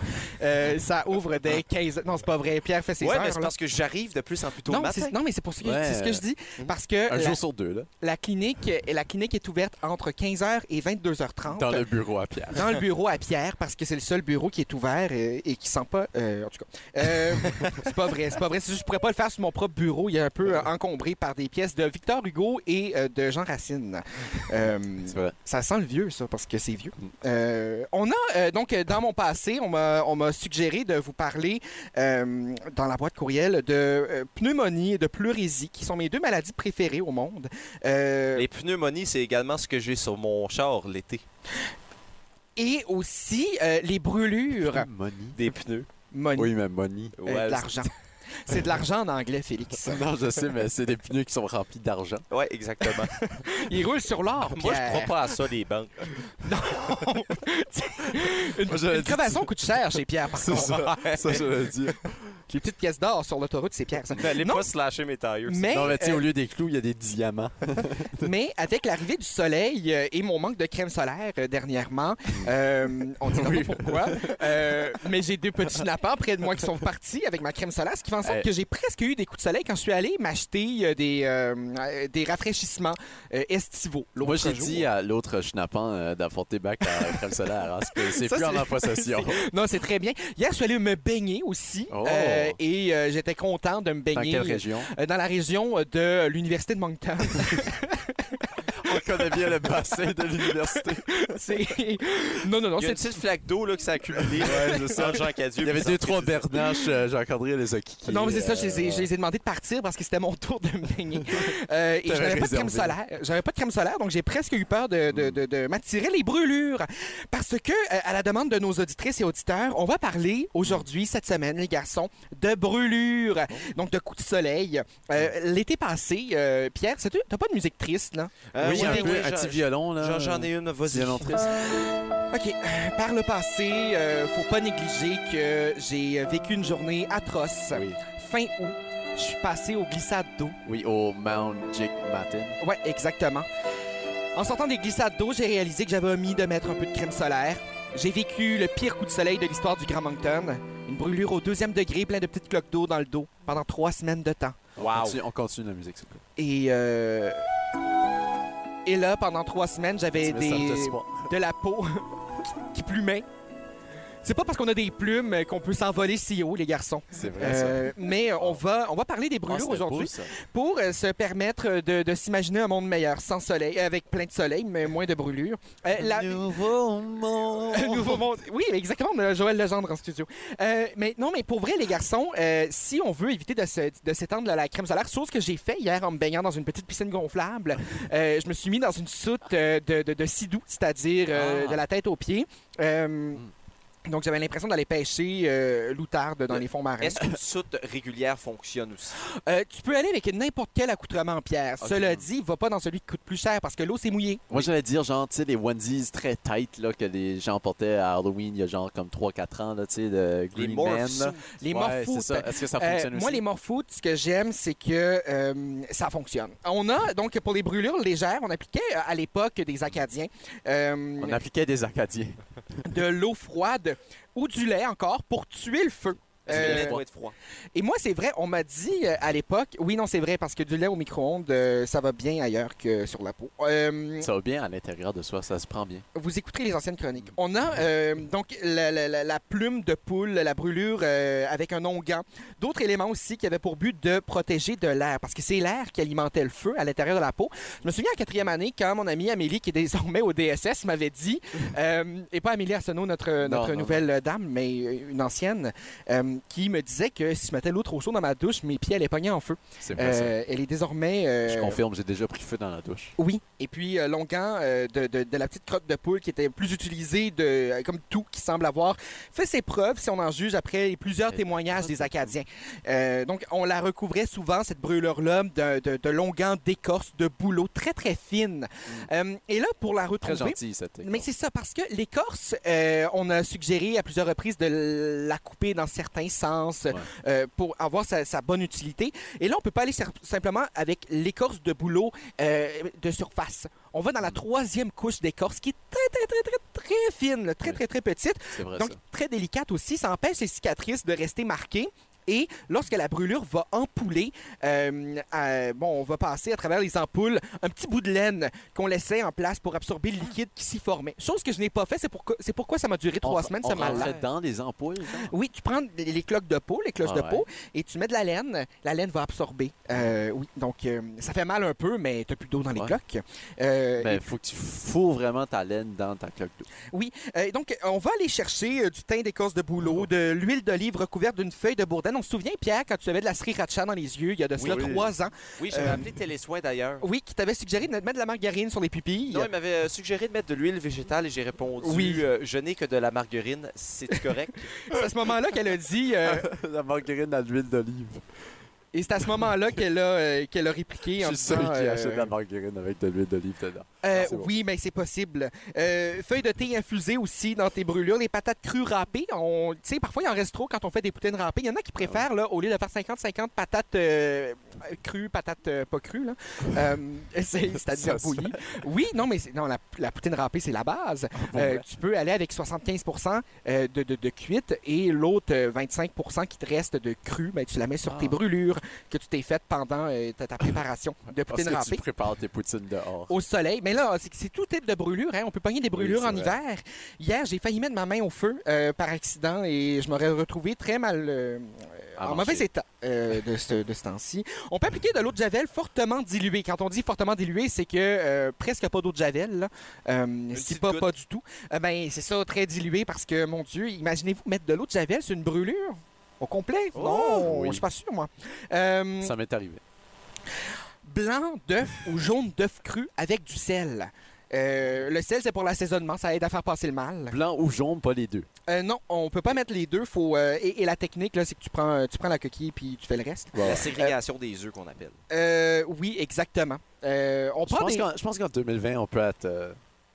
A: (laughs)
D: Euh, ça ouvre dès 15. Non, c'est pas vrai. Pierre fait ses
A: Ah. Ouais,
D: heures.
A: mais c'est
D: là.
A: parce que j'arrive de plus en plus tôt
D: non,
A: le matin. Mm-hmm.
D: c'est- non, mais c'est pour ça que
C: Ouais.
D: c'est ce que je dis. Parce que
C: Un
D: la,
C: jour sur deux, là.
D: la clinique, la clinique est ouverte entre 15h et 22h30
C: Dans le bureau à Pierre.
D: dans le bureau à Pierre parce que c'est le seul bureau qui est ouvert euh, et, qui sent pas. euh, en tout cas, Euh, (laughs) c'est pas vrai, c'est pas vrai. C'est juste que je pourrais pas le faire sur mon propre bureau. Il est un peu euh, encombré par des pièces de Victor Hugo et euh, de Jean Racine. Euh,
C: C'est vrai.
D: ça sent le vieux, ça, parce que c'est vieux. Euh, on a, euh, donc, euh, dans mon passé, on m'a on m'a suggéré de vous parler euh, dans la boîte courriel de euh, pneumonie et de pleurésie, qui sont mes deux maladies préférées au monde. Euh,
A: Les pneumonies, c'est également ce que j'ai sur mon char l'été.
D: et aussi euh, les brûlures.
C: Money.
G: Des pneus.
D: Money,
C: Oui, mais money.
D: euh, de l'argent. C'est de l'argent en anglais, Félix.
C: Non, je sais, mais c'est des pneus qui sont remplis d'argent.
G: c'est- Ouais,
A: (laughs)
G: exactement.
D: (laughs) Il roule sur l'or.
G: Moi, je
D: Pierre.
G: crois pas à ça, les banques.
D: Une,
C: j'aurais
D: une
C: dit-
D: crevaison coûte cher chez Pierre, par
C: C'est
D: contre.
C: ça, ça je le dis.
D: Les petites pièces d'or sur l'autoroute, c'est Pierre, ça.
G: N'allez
D: Non.
G: pas slasher mes tailleurs.
D: Mais,
C: non, mais tu sais,
D: euh,
C: au lieu des clous, il y a des diamants.
D: mais avec l'arrivée du soleil euh, et mon manque de crème solaire euh, dernièrement, euh, on ne dira pas pourquoi, euh, mais j'ai deux petits nappants près de moi qui sont partis avec ma crème solaire, ce qui fait en sorte
C: Hey.
D: que j'ai presque eu des coups de soleil quand je suis allé m'acheter euh, des, euh, euh, des rafraîchissements euh, estivaux. l'autre
C: Moi, j'ai
D: jour.
C: dit à l'autre schnappant euh, d'apporter back à la crème solaire. hein. C'est- C'est
D: Ça,
C: plus en
D: c'est- (laughs)
C: ma possession.
D: Non, c'est très bien. Hier, je suis allé me baigner aussi
C: Oh.
D: euh, et euh, j'étais content de me
C: Dans
D: baigner
C: quelle région?
D: euh, dans la région euh, de l'Université de Moncton. (laughs)
C: On connaît bien le bassin de l'université.
D: C'est- non, non, non,
G: Il y a
D: c'est
G: une petite flaque d'eau là, qui s'est accumulée. ouais, c'est ça. (laughs) Jean Cadieux.
C: Il y avait
G: puis
C: deux,
G: ça-
C: trois bernaches. euh, Jean-Candré les a kickés.
D: Non, mais c'est ça, je les, ai,
C: euh,
D: je les ai demandé de partir parce que c'était mon (laughs) tour de me baigner. Euh, et je
C: T'avais
D: n'avais pas de crème
C: réservé.
D: solaire. J'avais pas de crème solaire, donc j'ai presque eu peur de, de- de- de m'attirer les brûlures. Parce que, euh, à la demande de nos auditrices et auditeurs, on va parler aujourd'hui, cette semaine, les garçons, de brûlures. Donc, de coups de soleil. Euh, L'été passé, euh, Pierre, c'est- t'as pas de musique triste, là?
G: Euh,
C: Ah oui,
G: ouais,
C: un
G: ouais,
C: peu
G: ouais,
C: à
G: j'en-
C: petit violon.
G: j'en-
C: là.
G: J'en ai une, vas-y.
C: Violon triste.
D: OK. Par le passé, euh, faut pas négliger que j'ai euh, vécu une journée atroce.
C: Oui.
D: Fin août, je suis passé aux glissades d'eau.
C: Oui, au Mount Jake Martin.
D: Ouais, exactement. En sortant des glissades d'eau, j'ai réalisé que j'avais omis de mettre un peu de crème solaire. J'ai vécu le pire coup de soleil de l'histoire du Grand Moncton. Une brûlure au deuxième degré, plein de petites cloques d'eau dans le dos, pendant trois semaines de temps.
C: On
G: Wow.
C: continue, on continue la musique, s'il te plaît.
D: Et euh... Et là, pendant trois semaines, j'avais
C: Tu mets ça,
D: des...
C: t'as espoir.
D: de la peau (laughs) qui- qui plumait. C'est pas parce qu'on a des plumes euh, qu'on peut s'envoler si haut, les garçons.
C: C'est vrai, ça.
D: Euh, mais euh, on va, on va parler des
C: Ah,
D: brûlures
C: c'était beau,
D: aujourd'hui.
C: ça.
D: pour euh, se permettre euh, de, de s'imaginer un monde meilleur, sans soleil, euh, avec plein de soleil, mais moins de brûlures. Euh, la- (laughs)
C: Nouveau monde.
D: Un nouveau monde. Oui, mais exactement, on a Joël Legendre en studio. Euh, mais non, mais pour vrai, les garçons, euh, si on veut éviter de se- de s'étendre à la crème solaire, chose que j'ai fait hier en me baignant dans une petite piscine
C: (laughs)
D: gonflable, euh, je me suis mis dans une soute euh, de, de, de sidou, c'est-à-dire euh,
C: Ah. Mm.
D: de la tête aux pieds. Euh, donc, j'avais l'impression d'aller pêcher euh, l'outarde dans les fonds marins.
G: Est-ce qu'une soute régulière fonctionne aussi?
D: Euh, tu peux aller avec n'importe quel accoutrement en pierre.
C: Ok.
D: Cela dit, va pas dans celui qui coûte plus cher parce que l'eau, c'est mouillé.
C: Moi, j'allais dire, genre, tu sais, les onesies très tight là, que les gens portaient à Halloween il y a genre comme 3-4 ans, là, tu sais, de
G: Les
C: Green Man.
G: morphs.
C: là.
D: Les
C: ouais,
D: morphoots,
C: c'est ça. Est-ce que ça
D: Euh,
C: fonctionne aussi?
D: moi, les morphoots, ce que j'aime, c'est que euh, ça fonctionne. On a, donc, pour les brûlures légères, on appliquait euh, à l'époque des Acadiens euh,
C: On appliquait des Acadiens.
D: de l'eau froide ou du lait encore pour tuer le feu. Euh,
G: Il doit être froid.
D: et moi, c'est vrai, on m'a dit euh, à l'époque, oui, non, c'est vrai, parce que du lait au micro-ondes, euh, ça va bien ailleurs que sur la peau. Euh,
C: Ça va bien à l'intérieur de soi, ça se prend bien.
D: vous écouterez les anciennes chroniques. On a euh, donc la, la- la- la plume de poule, la brûlure euh, avec un onguent. D'autres éléments aussi qui avaient pour but de protéger de l'air, parce que c'est l'air qui alimentait le feu à l'intérieur de la peau. Je me souviens en quatrième année quand mon amie Amélie, qui est désormais au DSS, m'avait dit, euh, et pas Amélie Arsenault, notre,
C: Non,
D: notre
C: non,
D: nouvelle dame, mais une ancienne, euh, qui me disait que si je mettais l'eau trop chaude dans ma douche, mes pieds allaient pogner en feu.
C: C'est vrai, ça.
D: Euh, elle est désormais... euh,
C: Je confirme, j'ai déjà pris feu dans la douche.
D: oui, et puis euh, l'onguent euh, de, de- de la petite crotte de poule qui était plus utilisée de, euh, comme tout qui semble avoir fait ses preuves, si on en juge, après plusieurs
C: Et-
D: témoignages des Acadiens. Euh, donc, on la recouvrait souvent, cette brûlure-là, de, de, de longuant d'écorce, de bouleau, très, très fine. Euh, et là, pour la
C: Très
D: retrouver...
C: gentil, cette
D: Mais c'est ça, parce que l'écorce, euh, on a suggéré à plusieurs reprises de la couper dans certains sens
C: Ouais.
D: euh, pour avoir sa, sa bonne utilité. Et là, on peut pas aller ser- simplement avec l'écorce de bouleau euh, de surface. On va dans la troisième couche d'écorce qui est très, très, très, très, très fine, là, très,
C: Oui.
D: très, très petite.
C: C'est vrai,
D: Donc,
C: ça.
D: très délicate aussi. Ça empêche les cicatrices de rester marquées. Et lorsque la brûlure va empouler, euh, à- bon, on va passer à travers les ampoules un petit bout de laine qu'on laissait en place pour absorber le liquide qui s'y formait. Chose que je n'ai pas fait, c'est pourquoi, c'est pourquoi ça m'a duré trois
C: On-
D: semaines,
C: on
D: ce mal-là.
C: rentrait dans les ampoules, genre?
D: Oui, tu prends les les cloques de peau, les cloches
C: Ah
D: de
C: ouais.
D: peau, et tu mets de la laine. La laine va absorber. Euh, oui, donc euh, ça fait mal un peu, mais t'as plus d'eau dans les
C: Ouais.
D: cloques. Euh,
C: Ben, faut que tu fous vraiment ta laine dans ta cloque d'eau. Oh.
D: Oui, euh, donc on va aller chercher euh, du thym d'écorce de bouleau, de l'huile d'olive recouverte d'une feuille de bourdaine. On se souvient, Pierre, quand tu avais de la sriracha dans les yeux il y a de cela
A: Oui.
D: trois ans,
A: Oui, j'avais
D: Euh,
A: appelé Télésoin d'ailleurs.
D: oui, qui t'avait suggéré de mettre de la margarine sur les pupilles.
A: Non, il m'avait euh, suggéré de mettre de l'huile végétale et j'ai répondu
D: Oui.
A: euh, Je n'ai que de la margarine,
G: (laughs)
A: c'est correct.
D: C'est à ce moment-là qu'elle a dit. euh,
C: (laughs) La margarine à l'huile d'olive.
D: et c'est à ce moment-là qu'elle a, euh, qu'elle a répliqué
C: Je
D: en
C: suis
D: disant.
C: celui qui
D: euh,
C: achète la margarine avec de l'huile d'olive dedans.
D: Euh,
C: Ah, c'est bon.
D: oui, mais c'est possible. Euh, feuilles de thé infusées aussi dans tes brûlures, les patates crues râpées. On, tu sais, parfois, il en reste trop quand on fait des poutines râpées. Il y en a
C: Ah
D: qui préfèrent, là, au lieu de faire 50-50 patates euh, crues, patates euh, pas crues, là. Euh, (laughs) c'est- c'est-à-dire
C: Ça, ça.
D: bouillies. Oui, non, mais c'est- non, la, la poutine râpée, c'est la base.
C: Ah,
D: Euh,
C: ben.
D: tu peux aller avec 75 euh, de, de, de cuite et l'autre euh, 25 qui te reste de cru, ben, tu la mets sur
C: Ah.
D: tes brûlures que tu t'es faites pendant euh, ta, ta préparation de
C: Parce
D: poutine
C: que
D: râpée
C: tu prépares tes poutines dehors.
D: au soleil. Mais là, c'est- c'est tout type de brûlure. hein. On peut pogner des brûlures
C: c'est
D: en
C: vrai.
D: hiver. Hier, j'ai failli mettre ma main au feu euh, par accident et je m'aurais retrouvé très mal euh,
C: À
D: en
C: manger.
D: mauvais état euh, de ce, de ce temps-ci. On peut appliquer de l'eau de javel fortement diluée. Quand on dit fortement diluée, c'est que euh, presque pas d'eau de javel. là. Euh, si
A: petite
D: pas,
A: goutte.
D: pas du tout. Euh, ben, c'est ça, très dilué parce que, mon Dieu, imaginez-vous mettre de l'eau de javel sur une brûlure au complet.
A: Oh,
D: non,
C: oui.
D: je suis pas sûr, moi. Euh,
C: Ça m'est arrivé.
D: blanc d'œuf ou jaune d'œuf cru avec du sel. Euh, le sel, c'est pour l'assaisonnement, ça aide à faire passer le mal.
C: Blanc ou jaune, pas les deux.
D: Euh, non, on peut pas mettre les deux. Faut, euh, et, et la technique, là, c'est que tu prends, euh, tu prends la coquille puis tu fais le reste.
C: Wow.
A: la ségrégation des œufs qu'on appelle.
D: Euh, oui, exactement. Euh, on,
C: Je
D: prend
C: pense,
D: des-
C: qu'en, je pense qu'en 2020, on peut être. euh,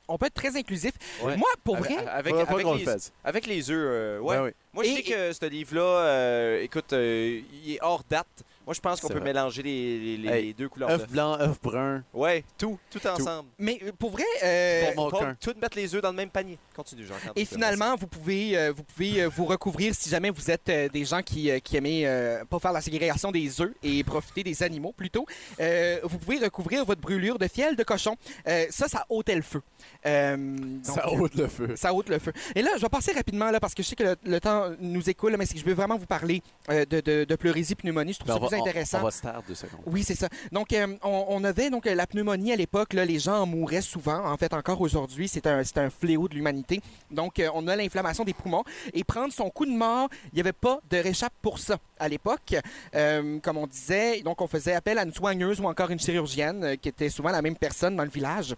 D: on peut être très inclusif.
G: Euh,
A: Ouais.
D: Moi, pour
A: Avec-
D: vrai,
A: avec,
C: faudrait pas
A: avec
C: qu'on
A: les,
C: le fasse.
A: avec les œufs, euh, ouais.
C: Ben oui.
A: Moi, je
D: Et-
A: sais que ce livre-là, euh, écoute, euh, il est hors date. Moi, je pense qu'on
C: C'est
A: peut
C: vrai.
A: mélanger les, les- les-
C: Hey,
A: les deux couleurs
C: œuf
A: d'œufs.
C: blanc, œuf brun.
A: Ouais, tout, tout ensemble.
D: mais euh, pour vrai, euh,
A: Faut
C: Pour
A: pas
C: aucun.
A: tout mettre les œufs dans le même panier. Continue, jean
D: Et finalement, vous pouvez, euh, vous pouvez euh, vous recouvrir si jamais vous êtes euh, des gens qui, euh, qui aimez euh, pas faire la ségrégation des œufs et profiter des animaux plutôt. Euh, vous pouvez recouvrir votre brûlure de fiel de cochon. Euh, ça, ça ôtait le feu. Euh, donc,
C: ça ôte le feu.
D: ça ôte le feu. Et là, je vais passer rapidement là parce que je sais que le, le temps nous écoule, là, mais c'est que je veux vraiment vous parler euh, de, de, de pleurésie pneumonie. Je trouve
C: Ben,
D: ça
C: on,
D: plus
C: va, on-
D: intéressant.
C: on va se taire deux secondes.
D: Oui, c'est ça. Donc, euh, on, on avait donc euh, la pneumonie à l'époque. là, Les gens en mouraient souvent. En fait, encore aujourd'hui, c'est un, c'est un fléau de l'humanité. Donc, euh, on a l'inflammation des poumons. Et prendre son coup de mort, il n'y avait pas de réchappe pour ça à l'époque. Euh, comme on disait, donc on faisait appel à une soigneuse ou encore une chirurgienne, euh, qui était souvent la même personne dans le village.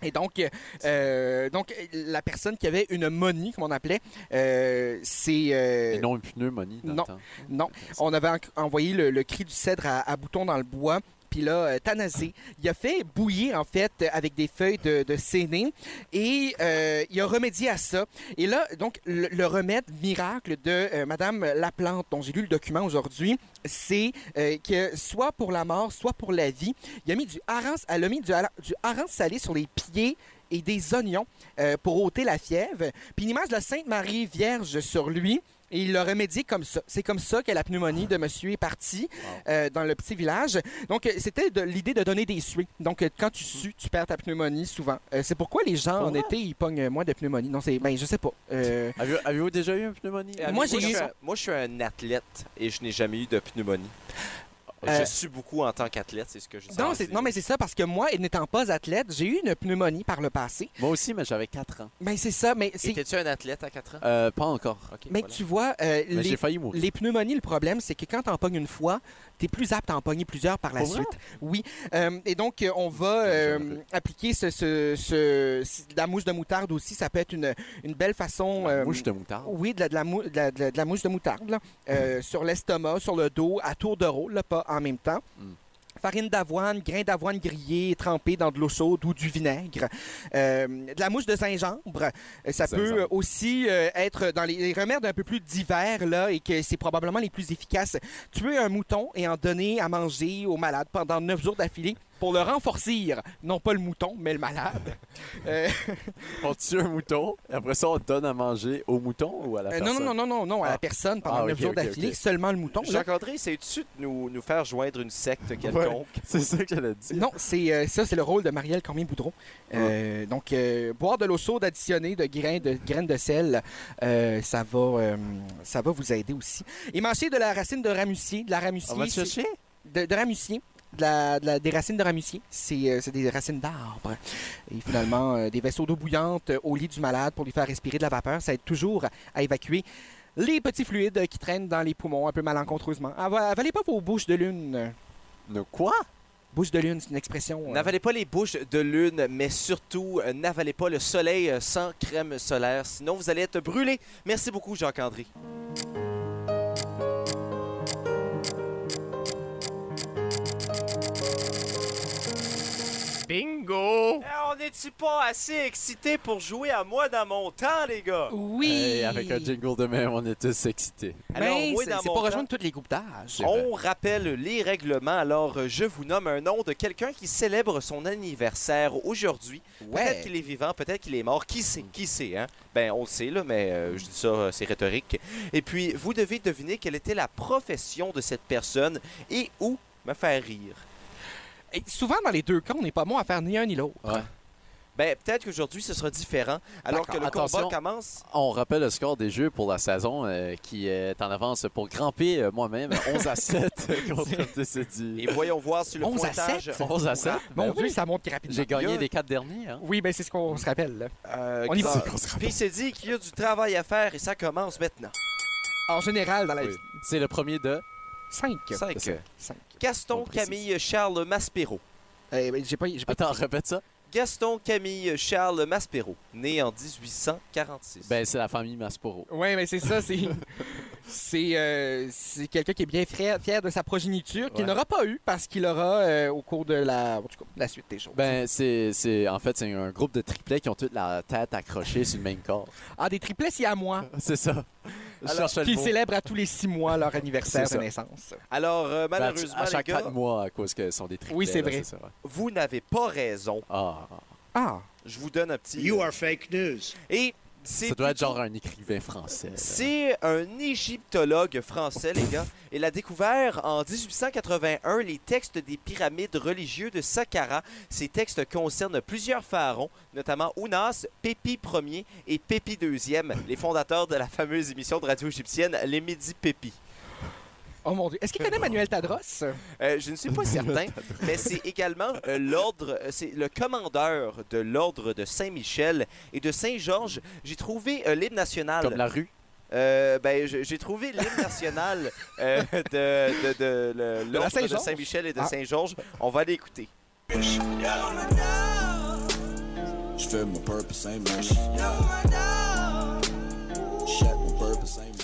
D: Et donc, euh, euh, donc euh, la personne qui avait une monie, comme on appelait, euh, c'est... euh,
C: Et non une pneumonie dans
D: non.
C: le temps.
D: non, on avait en- envoyé le, le cri du cèdre à, à bouton dans le bois. Puis là, euh, Tanasé, il a fait bouillir, en fait, euh, avec des feuilles de, de séné. Et euh, il a remédié à ça. Et là, donc, le, le remède miracle de euh, Madame Laplante, dont j'ai lu le document aujourd'hui, c'est euh, que soit pour la mort, soit pour la vie, il a mis du hareng, elle a mis du, har- du hareng salé sur les pieds et des oignons euh, pour ôter la fièvre. Puis une image de la Sainte Marie Vierge sur lui. Et il l'a remédié comme ça. C'est comme ça que la pneumonie de monsieur est partie euh, dans le petit village. Donc, euh, c'était de- l'idée de donner des suées. Donc, euh, quand tu sues, tu perds ta pneumonie souvent. Euh, c'est pourquoi les gens, en été, ils pognent euh, moins de pneumonie. Non, c'est... Ben, je sais pas. Euh,
C: Avez- Avez-vous déjà eu une pneumonie?
D: Moi, j'ai eu-
A: eu. Moi, je suis un athlète et je n'ai jamais eu de pneumonie.
D: Euh,
A: Je suis beaucoup en tant qu'athlète, c'est ce que je sais.
D: non, c'est- non, mais c'est ça, parce que moi, n'étant pas athlète, j'ai eu une pneumonie par le passé.
C: Moi aussi, mais j'avais 4 ans.
D: Ben, c'est ça, mais... c'est-
A: Étais-tu un athlète à 4 ans?
C: Euh, pas encore.
A: Ok,
D: Mais
A: voilà.
D: tu vois, euh,
C: Mais
D: les
C: j'ai failli mourir.
D: Les pneumonies, le problème, c'est que quand t'en pognes une fois, t'es plus apte à en pogner plusieurs par la
C: Pour vrai?
D: suite. Oui. Euh, et donc, euh, on va euh,
C: J'aimerais.
D: appliquer ce, ce- ce- ce- la mouche de moutarde aussi. Ça peut être une, une belle façon.
C: La
D: euh,
C: mouche de Ben, moutarde.
D: Oui, de la, de la mou- de la- de la- de la mouche de moutarde, là,
C: Mm.
D: euh, sur l'estomac, sur le dos, à tour de rôle, là, pas en même temps.
C: Mm.
D: Farine d'avoine, grains d'avoine grillés, trempés dans de l'eau chaude ou du vinaigre. Euh, de la mouche de gingembre. Euh, Ça
C: Gingembre.
D: peut euh, aussi euh, être dans les, les remèdes un peu plus divers, là, et que c'est probablement les plus efficaces. Tuer un mouton et en donner à manger aux malades pendant neuf jours d'affilée pour le renforcer. Non pas le mouton, mais le malade. Euh,
C: On tue un mouton, et après ça, on donne à manger au mouton ou à la
D: euh, non,
C: personne?
D: non, non, non, non, non, à la
C: Ah.
D: personne pendant
C: Ah,
D: neuf
C: ok,
D: jours
C: ok,
D: d'affilée,
C: ok.
D: seulement le mouton. là.
A: Jean-André, sais-tu de nous, nous faire joindre une secte quelconque?
C: C'est ça que j'allais dire.
D: Non, c'est euh, ça, c'est le rôle de Marielle Cormier Boudreau. Euh, Donc, euh, boire de l'eau chaude additionnée de grains de graines de sel, euh, ça va, euh, ça va vous aider aussi. Et manger de la racine de ramucier, de la ramucier,
C: On va te
D: c'est-
C: chercher?
D: de, de ramucier. De la, de la- des racines de ramucier, c'est euh, c'est des racines d'arbres. Et finalement, euh, des vaisseaux d'eau bouillante euh, au lit du malade pour lui faire respirer de la vapeur, ça aide toujours à évacuer les petits fluides qui traînent dans les poumons un peu malencontreusement. Ava- Avalez pas vos bouches de lune.
C: De quoi?
D: Bouche de lune, c'est une expression. euh,
A: N'avalez pas les bouches de lune, mais surtout, euh, n'avalez pas le soleil euh, sans crème solaire, sinon vous allez être brûlé. Merci beaucoup, Jacques-André.
H: Bingo!
A: Eh, on n'est-tu pas assez excité pour jouer à moi dans mon temps, les gars?
D: Oui.
C: Hey, avec un jingle de même, on est tous excités.
A: Alors,
D: Ben,
A: moi,
D: c'est
A: dans
D: c'est
A: mon
D: pour
A: temps-
D: rejoindre tous les groupes d'âge.
C: C'est vrai.
A: On rappelle les règlements, alors euh, je vous nomme un nom de quelqu'un qui célèbre son anniversaire aujourd'hui. Peut-être
D: Ouais.
A: qu'il est vivant, peut-être qu'il est mort, qui sait, qui sait, hein? Ben, on le sait, là, mais euh, je dis ça, euh, c'est rhétorique. Et puis, vous devez deviner quelle était la profession de cette personne et où me faire rire.
D: Et souvent, dans les deux cas, on n'est pas bon à faire ni un ni l'autre.
C: Ouais.
A: Ben, peut-être qu'aujourd'hui, ce sera différent, alors
C: D'accord,
A: que le
C: attention.
A: combat commence.
C: On rappelle le score des jeux pour la saison euh, qui est en avance pour Grand P, euh, moi-même, (laughs) 11 à 7 contre
A: Et
C: TCD.
A: voyons voir si le
D: 11 à
A: pointage...
D: 7?
C: 11 à 7?
D: Mon
C: Ben
D: Dieu,
C: oui.
D: ça monte rapidement.
C: J'ai gagné
D: Là.
C: les quatre derniers. Hein?
D: Oui, ben c'est ce qu'on se rappelle. là.
A: Euh,
D: On y va.
A: Xan- Puis il s'est dit qu'il y a du travail à faire et ça commence maintenant.
D: En général, dans la
C: Oui. C'est le premier de...
D: 5.
A: Cinq.
C: C'est ça. On
A: Gaston,
C: le précise.
A: Camille, Charles, Maspero.
D: j'ai pas, j'ai pas-
C: Attends, répète ça.
A: Gaston, Camille, Charles, Maspero, né en 1846.
C: Ben, c'est la famille Masporo.
D: Ouais, mais c'est ça, c'est. (laughs) C'est euh, c'est quelqu'un qui est bien fier, fier de sa progéniture, qu'il
C: Ouais.
D: n'aura pas eu parce qu'il aura euh, au cours de la, en tout cas, la suite des choses.
C: Ben, c'est, c'est- en fait, c'est un groupe de triplets qui ont toute la tête accrochée sur le même corps.
D: Ah, des triplets, c'est à
C: (laughs)
D: moi,
C: C'est ça. Je cherchais le
D: qui
C: mot. Ben,
D: célèbrent à tous les six mois leur anniversaire
C: (laughs) C'est
D: de
C: ça.
D: naissance.
A: Alors, euh,
C: Ben,
A: malheureusement,
C: à chaque
A: les gars,
C: quatre mois, à cause que ce sont des triplets.
D: Oui, c'est
C: là,
D: vrai.
C: ça, ouais.
A: vous n'avez pas raison.
C: Ah,
D: Ah,
A: Je vous donne un petit... euh,
F: are fake news.
A: Et c'est
C: ça doit être genre euh, un écrivain français. là.
A: C'est un égyptologue français, les gars. Il a découvert en 1881 les textes des pyramides religieux de Saqqara. Ces textes concernent plusieurs pharaons, notamment Ounas, Pépi Ier et Pépi II, les fondateurs de la fameuse émission de radio égyptienne Les Midi Pépi.
D: oh mon Dieu. Est-ce qu'il connaît Manuel Tadros?
A: Euh, je ne
D: (laughs)
A: suis pas certain, mais c'est également euh, l'ordre, euh, c'est le commandeur de l'ordre de Saint-Michel et de Saint-Georges. J'ai trouvé euh, l'hymne national.
C: Comme la rue.
A: Euh, ben, je- j'ai trouvé l'hymne national euh, de, de, de, le-
D: la
A: l'ordre de
D: Saint-Georges?
A: Saint-Michel et de
D: Ah.
A: Saint-Georges. On va l'écouter.
C: On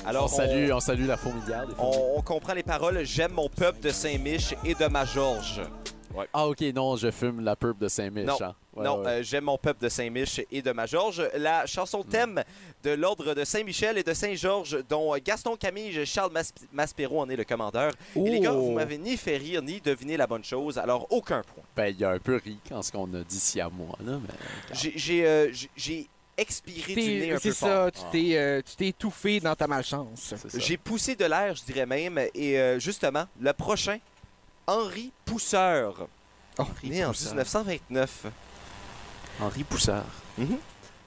A: Alors, on,
C: salue, on salue la fourmilière. des fourmis.
A: on- on comprend les paroles. J'aime mon peuple de Saint-Mich et de ma Georges.
C: Ah, ok, non, je fume la purbe de Saint-Mich.
A: Non,
C: hein. Ouais,
A: non,
C: ouais. Mm.
A: euh, j'aime mon peuple de Saint-Mich et de ma Georges. La chanson thème de l'ordre de Saint-Michel et de Saint-Georges, dont Gaston Camille et Charles Mas- Maspero en est le commandeur. Et les gars,
D: Oh.
A: vous m'avez ni fait rire ni deviné la bonne chose, alors aucun point.
C: Ben, il y a un peu ri quand ce qu'on a dit si à moi, là, mais
A: J'ai- J'ai euh, j'ai- j'ai expiré du nez
D: T'es-
A: un
D: C'est
A: peu
D: ça,
A: fort.
D: tu
C: Ah.
D: t'es euh, tu t'es étouffé dans ta malchance.
C: c'est ça.
A: J'ai poussé de l'air, je dirais même. Et euh, justement, le prochain, Henri Pousseur,
D: Henri
A: né en
C: Pousseur.
A: 1929.
C: Henri Poussard.
A: Mhm.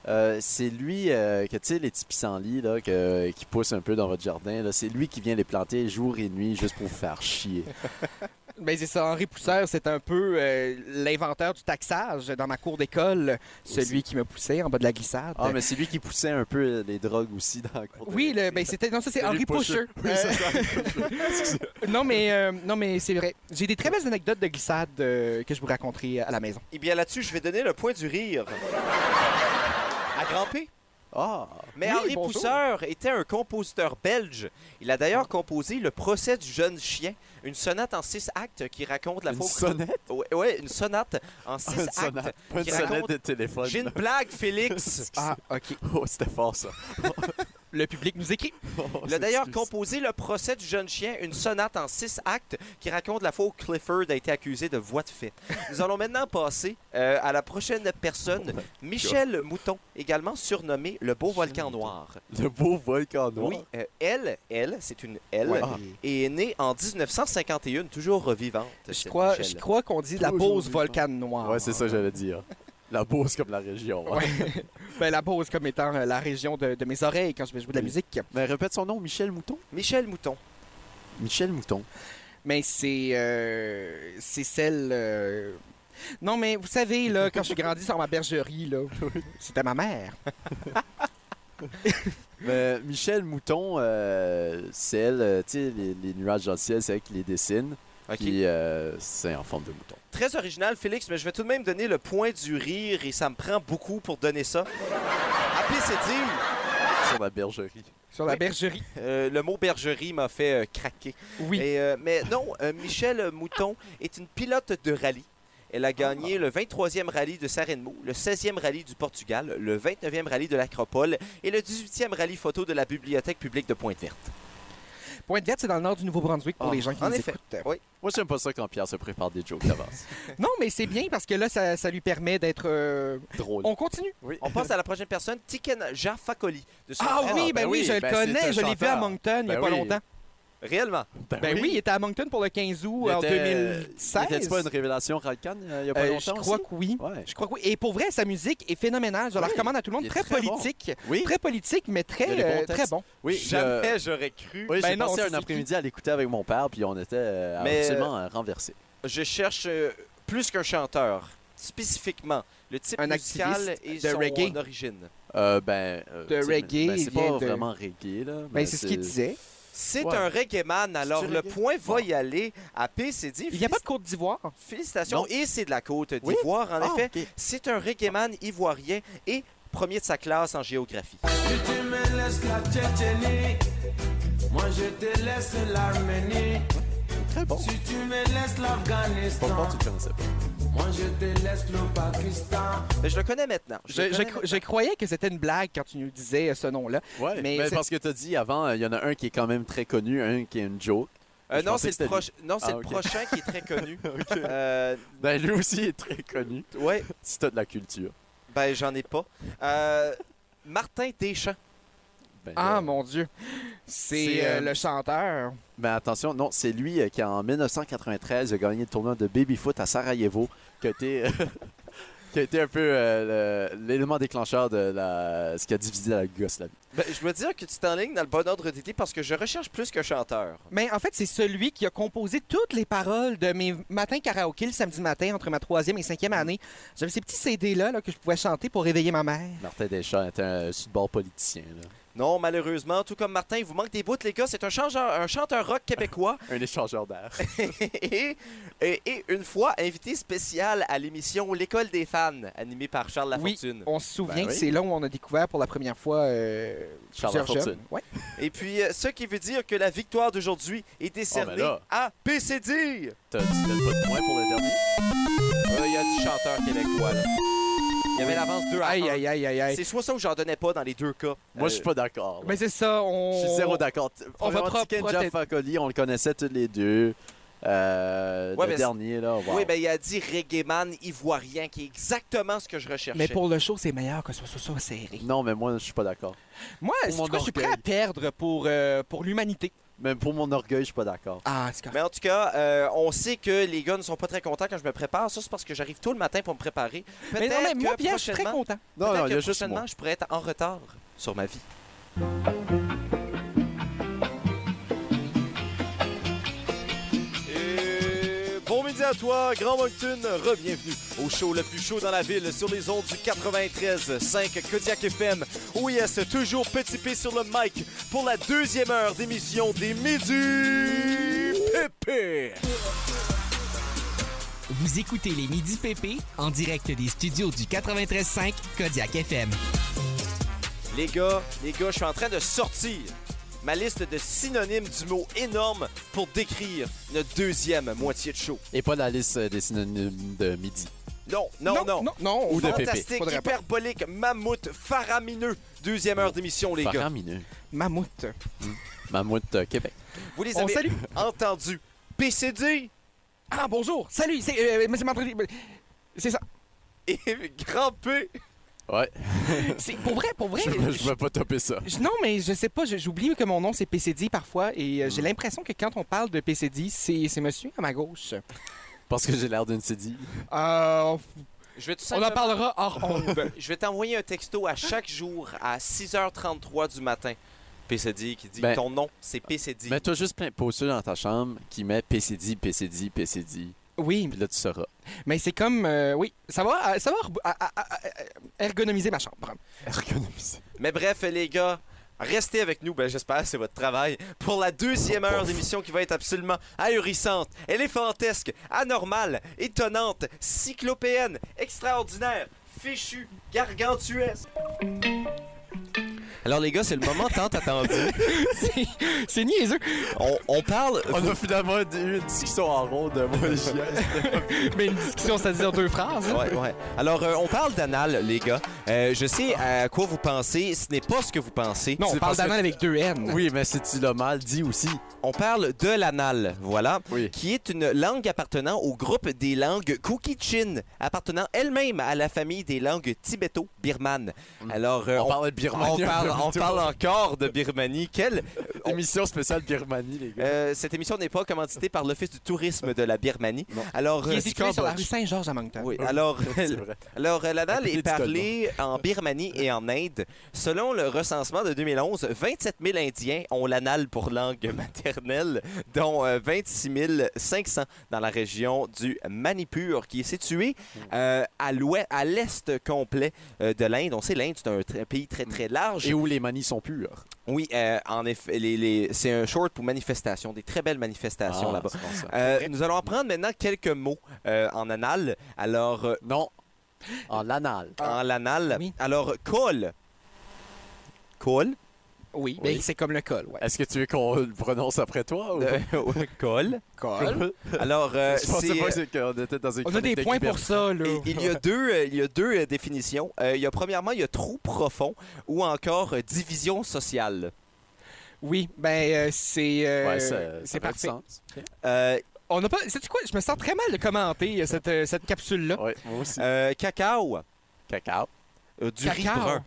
C: Euh, c'est lui euh, que tu sais les petits pissenlits là que- qui poussent un peu dans votre jardin là, c'est lui qui vient les planter jour et nuit juste pour vous faire
A: (laughs)
C: chier.
D: Ben c'est ça, Henri Pousseur, c'est un peu euh, l'inventeur du taxage dans ma cour d'école, celui qui me poussait en bas de la glissade.
C: Ah mais c'est lui qui poussait un peu euh, les drogues aussi dans la cour. de
D: Oui, le,
C: récré.
D: ben c'était non ça c'est
C: Salut,
D: Henri Pocheux.
C: Pocheux. Oui, c'est ça, Henri
D: Euh, (laughs) non mais euh, non mais c'est vrai. J'ai des très belles anecdotes de glissade euh, que je vous raconterai à la maison.
A: Eh bien là-dessus, je vais donner le point du rire. À Grand P.
C: Ah,
A: Mais
D: Oui,
A: Henri
D: bonjour.
A: Pousseur était un compositeur belge. Il a d'ailleurs composé Le procès du jeune chien, une sonate en six actes qui raconte la
C: une
A: faute.
C: sonnette,
A: Ouais, ouais, une sonate en six
C: une
A: actes.
C: sonnette, pas une
A: qui raconte-
C: sonnette de téléphone.
A: J'ai une blague, Félix.
D: Ah OK.
C: (laughs) Oh, c'était fort ça.
D: Le public nous écrit.
A: Il a d'ailleurs composé Le procès du jeune chien, une sonate en six actes qui raconte la fois où Clifford a été accusé de voie de fait. Nous allons maintenant passer euh, à la prochaine personne, Michel Mouton, également surnommé le beau volcan noir.
C: le beau volcan noir.
A: Oui, euh, elle, elle, c'est une elle,
D: Ouais.
A: et est née en 1951, toujours vivante.
D: Je
A: cette
D: crois,
A: Michel.
D: je crois qu'on dit la
C: Toujours
D: pause
C: vivant.
D: volcan noir.
C: Ouais, c'est ça que j'allais dire. La Beauce comme la région. hein.
D: Ouais. (laughs) ben, la pause comme étant euh, la région de, de mes oreilles quand je vais jouer de la
C: Oui.
D: musique.
C: Mais répète son nom, Michel Mouton.
A: Michel Mouton.
C: Michel Mouton.
D: Mais c'est euh, c'est celle euh, Non mais vous savez là quand je suis grandi sur ma bergerie là, c'était ma mère.
C: Mais Michel Mouton, euh, c'est elle, euh, tu sais, les, les nuages dans le ciel, c'est elle qui les dessine.
A: OK.
C: Puis euh, c'est en forme de mouton.
A: Très original, Félix, mais je vais tout de même donner le point du rire et ça me prend beaucoup pour donner ça. Appelez c'est dire.
C: Sur la bergerie.
D: Sur la
A: Oui.
D: bergerie.
A: Euh, le mot bergerie m'a fait euh, craquer.
D: Oui.
A: Et, euh, mais non, euh, Michel Mouton est une pilote de rallye. Elle a gagné le 23e rallye de Sarrenmo, le 16e rallye du Portugal, le 29e rallye de l'Acropole et le 18e rallye photo de la Bibliothèque publique de Pointe-Verte.
D: Pointe Verte, c'est dans le nord du Nouveau-Brunswick pour
A: Ah,
D: les gens qui
A: en
D: nous
A: effet.
D: écoutent.
A: Oui.
C: Moi, j'aime pas ça quand Pierre se prépare des jokes d'avance.
D: Non, mais c'est bien parce que là, ça, ça lui permet d'être. euh,
C: (laughs) Drôle.
D: On continue.
A: On passe à la prochaine personne, Tiken Jafakoli. De son
D: Ah
A: vrai
D: oui,
A: nom.
D: ben,
C: ben
D: oui,
C: oui,
D: je le
C: ben c'est
D: connais.
C: un
D: Je l'ai vu à
C: chanteur.
D: Moncton il n'y a
C: Ben
D: pas
C: oui.
D: longtemps.
A: Réellement.
D: Ben oui. il était à Moncton pour le 15 août
C: Il
D: en
C: était-
D: 2016.
C: N'était-ce pas une révélation Ralcan il y a pas
D: Euh, je
C: longtemps
D: crois
C: aussi?
D: que oui.
C: Ouais.
D: Je crois que oui. Et pour vrai, sa musique est phénoménale. Je la
C: Oui,
D: recommande à tout le
C: il
D: monde.
C: est
D: Très,
C: très bon.
D: politique.
C: Oui.
D: Très politique, mais
C: Il y a
D: très,
C: des bons
D: euh,
C: textes.
D: très bon.
C: Oui, je-
A: Jamais j'aurais cru.
C: Oui,
D: Ben
C: j'ai
D: non,
C: passé
D: c'est
C: un
D: qui?
C: après-midi à l'écouter avec mon père, puis on était euh,
A: Mais,
C: absolument euh, renversés.
A: Je cherche euh, plus qu'un chanteur, spécifiquement le type
D: Un
A: musical et
D: activiste de
A: son
D: reggae.
A: origine.
C: Euh, ben, euh,
D: De
C: tu sais,
D: reggae,
C: ben,
D: il
C: c'est pas
D: vient de-
C: vraiment reggae, là.
D: Ben,
C: mais
D: c'est ce qu'il disait.
A: C'est
C: Ouais.
A: un reggae man, alors
C: C'est du
A: le
C: reggae?
A: point va
C: Bon.
A: y aller à PCD.
D: Il n'y a pas de Côte d'Ivoire.
A: Félicitations.
C: Non.
A: Et c'est de la côte
C: Oui.
A: d'Ivoire, en
C: Ah,
A: effet.
C: ok.
A: C'est un reggae man ivoirien et premier de sa classe en géographie.
C: Très bon. Si tu me laisses l'Afghanistan. tu le connaissais pas.
A: Mais je le connais maintenant.
D: Je,
A: le
D: je
A: connais
D: cro-
A: maintenant.
D: je croyais que c'était une blague quand tu nous disais ce nom-là.
C: Ouais,
D: Mais
C: mais
D: c'est-
C: parce que tu as dit avant, il y en a un qui est quand même très connu, un qui est une (laughs) joke.
A: Euh,
C: je
A: non,
C: pensais
A: c'est
C: que
A: le,
C: c'était
A: proche- non, c'est
C: Ah,
A: le
C: ok.
A: prochain qui est très
C: (laughs)
A: connu. Euh,
C: Ben, lui aussi est très connu,
A: ouais,
C: si t'as de la culture.
A: ben j'en ai pas. Euh, Martin Deschamps.
C: Ben,
D: Ah
C: euh,
D: mon Dieu. C'est
C: C'est,
D: euh,
C: euh,
D: le chanteur.
C: ben, attention, non, c'est lui euh, qui, en 1993, a gagné le tournoi de baby-foot à Sarajevo, qui a été, (laughs) euh, qui a été un peu euh, le- l'élément déclencheur de la, ce qui a divisé la Yougoslavie.
A: Ben, je veux dire que tu t'enlignes dans le bon ordre d'idée parce que je recherche plus qu'un chanteur.
D: Mais Ben, en fait, c'est celui qui a composé toutes les paroles de mes matins karaoké le samedi matin entre ma troisième et cinquième
C: Mm.
D: année. J'avais ces petits CD-là là, que je pouvais chanter pour réveiller ma mère.
C: Martin Deschamps était un sud-bord politicien, là.
A: Non, malheureusement, tout comme Martin, il vous manque des bouts, les gars. C'est un, changeur- un chanteur rock
D: (laughs)
A: québécois
C: un échangeur d'air.
A: et, et- et une fois invité spécial à l'émission L'école des fans, animée par Charles
D: Oui,
A: Lafortune.
D: on se souvient
C: Ben
D: que
C: oui.
D: c'est là où on a découvert pour la première fois euh,
C: Charles
D: plusieurs
C: Lafortune.
D: jeunes. Ouais.
A: Et puis, euh, ce qui veut dire que la victoire d'aujourd'hui est
D: Oh, ben
A: décernée
C: là.
A: à PCD.
C: T'as- tu donnes pas de points pour le dernier?
A: Il y a du chanteur québécois, là. Il y avait l'avance 2 à
D: Aïe,
A: un.
D: aïe, aïe, aïe, aïe.
A: C'est soit ça ou j'en donnais pas dans les deux cas. Euh,
C: Moi, je suis pas d'accord. là.
D: Mais c'est ça, on...
C: Je suis zéro d'accord.
D: on
C: On
D: va
C: va
D: pro-
C: prendre
D: proté-
C: Jeff Facoli, on le connaissait tous les deux. Euh,
A: Ouais,
C: le
A: mais-
C: dernier, là. wow.
A: Oui, ben il a dit reggae man ivoirien, qui est exactement ce que je recherchais.
D: Mais pour le show, c'est meilleur que ce soit ça serré.
C: Non, mais moi, je suis pas d'accord.
D: Moi,
C: Pour
D: c'est
C: mon
D: quoi, je suis prêt
C: orgueil.
D: à perdre pour, euh, pour l'humanité.
C: Même pour mon orgueil, je suis pas d'accord.
D: Ah, c'est correct.
A: Mais en tout cas, euh, on sait que les gars ne sont pas très contents quand je me prépare. Ça, c'est parce que j'arrive tôt le matin pour me préparer.
D: Mais Ben, non, mais
A: Peut-être
D: moi,
A: que
D: Pierre, je suis très
A: prochainement-
D: content.
C: Non,
A: peut-être
C: non, il y
A: que
C: a juste
A: prochainement,
C: moi.
A: je pourrais être en retard sur ma vie.
G: Et Bon midi à toi, Grand Moncton. Re-bienvenue au show le plus chaud dans la ville sur les ondes du 93.5 Kodiak FM. Oui, yes, toujours petit P sur le mic pour la deuxième heure d'émission des Midi Pépé.
B: Vous écoutez les Midi PP en direct des studios du 93.5 Kodiak FM.
A: Les gars, les gars, je suis en train de sortir ma liste de synonymes du mot énorme pour décrire notre deuxième moitié de show.
C: Et pas la liste euh, des synonymes de midi.
A: Non, non, non.
D: non. non.
C: Ou de pépé.
A: Fantastique,
D: Faudrait pas.
A: hyperbolique, mammouth, faramineux. Deuxième heure d'émission, les gars.
C: Faramineux.
D: Mammouth.
C: Mammouth euh, Québec.
A: Vous les
D: On
A: avez
D: salue.
A: entendus. PCD,
D: Ah, bonjour. Salut. C'est euh, mais c'est Martin- C'est ça.
A: et (laughs) grand P.
C: Ouais,
D: C'est pour vrai, pour vrai. euh,
C: je, vais- je vais pas taper ça.
D: je- non, mais je sais pas, je- j'oublie que mon nom c'est PCD parfois et euh, j'ai l'impression que quand on parle de PCD, c'est c'est monsieur à ma gauche.
C: Parce que j'ai l'air d'une CD.
D: Euh,
A: Je vais tout
D: on en parlera hors onde.
A: Ben, Je vais t'envoyer un texto à chaque jour à 6h33 du matin. PCD qui dit
C: Ben,
A: ton nom, c'est PCD.
C: Mets-toi juste plein de postures dans ta chambre qui met PCD, PCD, PCD.
D: Oui,
C: Puis là, tu sauras.
D: mais c'est comme euh, oui, ça va euh, ça va re- à- à- à- à- euh, ergonomiser ma chambre.
C: Ergonomiser.
A: Mais bref, les gars, Restez avec nous, ben j'espère que c'est votre travail, pour la deuxième heure d'émission qui va être absolument ahurissante, éléphantesque, anormale, étonnante, cyclopéenne, extraordinaire, fichue, gargantuesque. Alors les gars, c'est le moment tant attendu.
D: (laughs) C'est niaiseux.
A: On, on parle...
C: On a finalement eu une discussion en ronde, (laughs) moi et JS.
D: Mais une discussion, ça dit en deux phrases. hein.
A: Ouais, ouais. Alors, euh, on parle d'anal, les gars. Euh, je sais à quoi vous pensez. Ce n'est pas ce que vous pensez.
D: Non, on
C: C'est
D: parle
C: parce que-
D: d'anal avec deux N.
C: Oui, mais si tu l'as mal dit aussi.
A: On parle de l'anal, voilà,
C: Oui.
A: qui est une langue appartenant au groupe des langues Kukichin, appartenant elle-même à la famille des langues tibéto-birmanes. Alors, euh,
C: On,
A: on,
C: parle de Birmanie.
A: on parle, on parle encore de Birmanie. Quelle...
C: Émission spéciale Birmanie, les gars.
A: Euh, cette émission n'est pas commanditée par l'Office du tourisme de la Birmanie.
C: Non.
A: Alors,
D: Qui
A: euh,
D: est situé sur la rue Saint-Georges à Moncton.
C: (laughs)
D: Ah,
A: Oui, alors,
C: C'est vrai.
A: (laughs) alors euh, la dalle
C: Écoutez,
A: est parlée en Birmanie et en Inde. Selon le recensement de 2011, 27 000 Indiens ont l'anal pour langue maternelle, dont euh, 26 500 dans la région du Manipur, qui est située
C: Hmm.
A: euh, à l'ouest, à l'est complet euh, de l'Inde. On sait l'Inde, c'est un tr- pays très très large.
C: Hmm. Et où les manies sont pures.
A: Oui, euh, en effet, les- les- c'est un short pour manifestation, des très belles manifestations là-bas.
C: Ah, c'est bon, ça.
A: Euh, nous allons apprendre maintenant quelques mots euh, en anal. Alors, euh,
C: Non. En l'anal.
A: en l'anal.
D: Oui.
A: Alors, col. Col.
D: Oui, ben,
C: Oui.
D: c'est comme le col, ouais.
C: Est-ce que tu veux qu'on le prononce après toi ou
A: Euh, col.
D: Col.
A: Alors, euh,
C: Je pensais
A: c'est-
C: pas que c'est- qu'on était dans une
D: On a des
C: chronique
D: points pour
C: d'experts.
D: ça, là.
A: il- il y a deux, euh, il y a deux euh, définitions. Euh, il y a premièrement, il y a trou profond ou encore euh, division sociale.
D: (laughs) Oui, ben, euh, c'est... euh,
C: Ouais, ça- ça
D: c'est
C: fait du
D: parfait.
C: sens.
A: Euh,
D: On n'a pas... Sais-tu quoi? Je me sens très mal de commenter euh, cette, euh, cette capsule-là.
C: Ouais, moi aussi.
A: euh, cacao,
C: Cacao.
A: Euh, du riz
D: Cacao.
A: brun.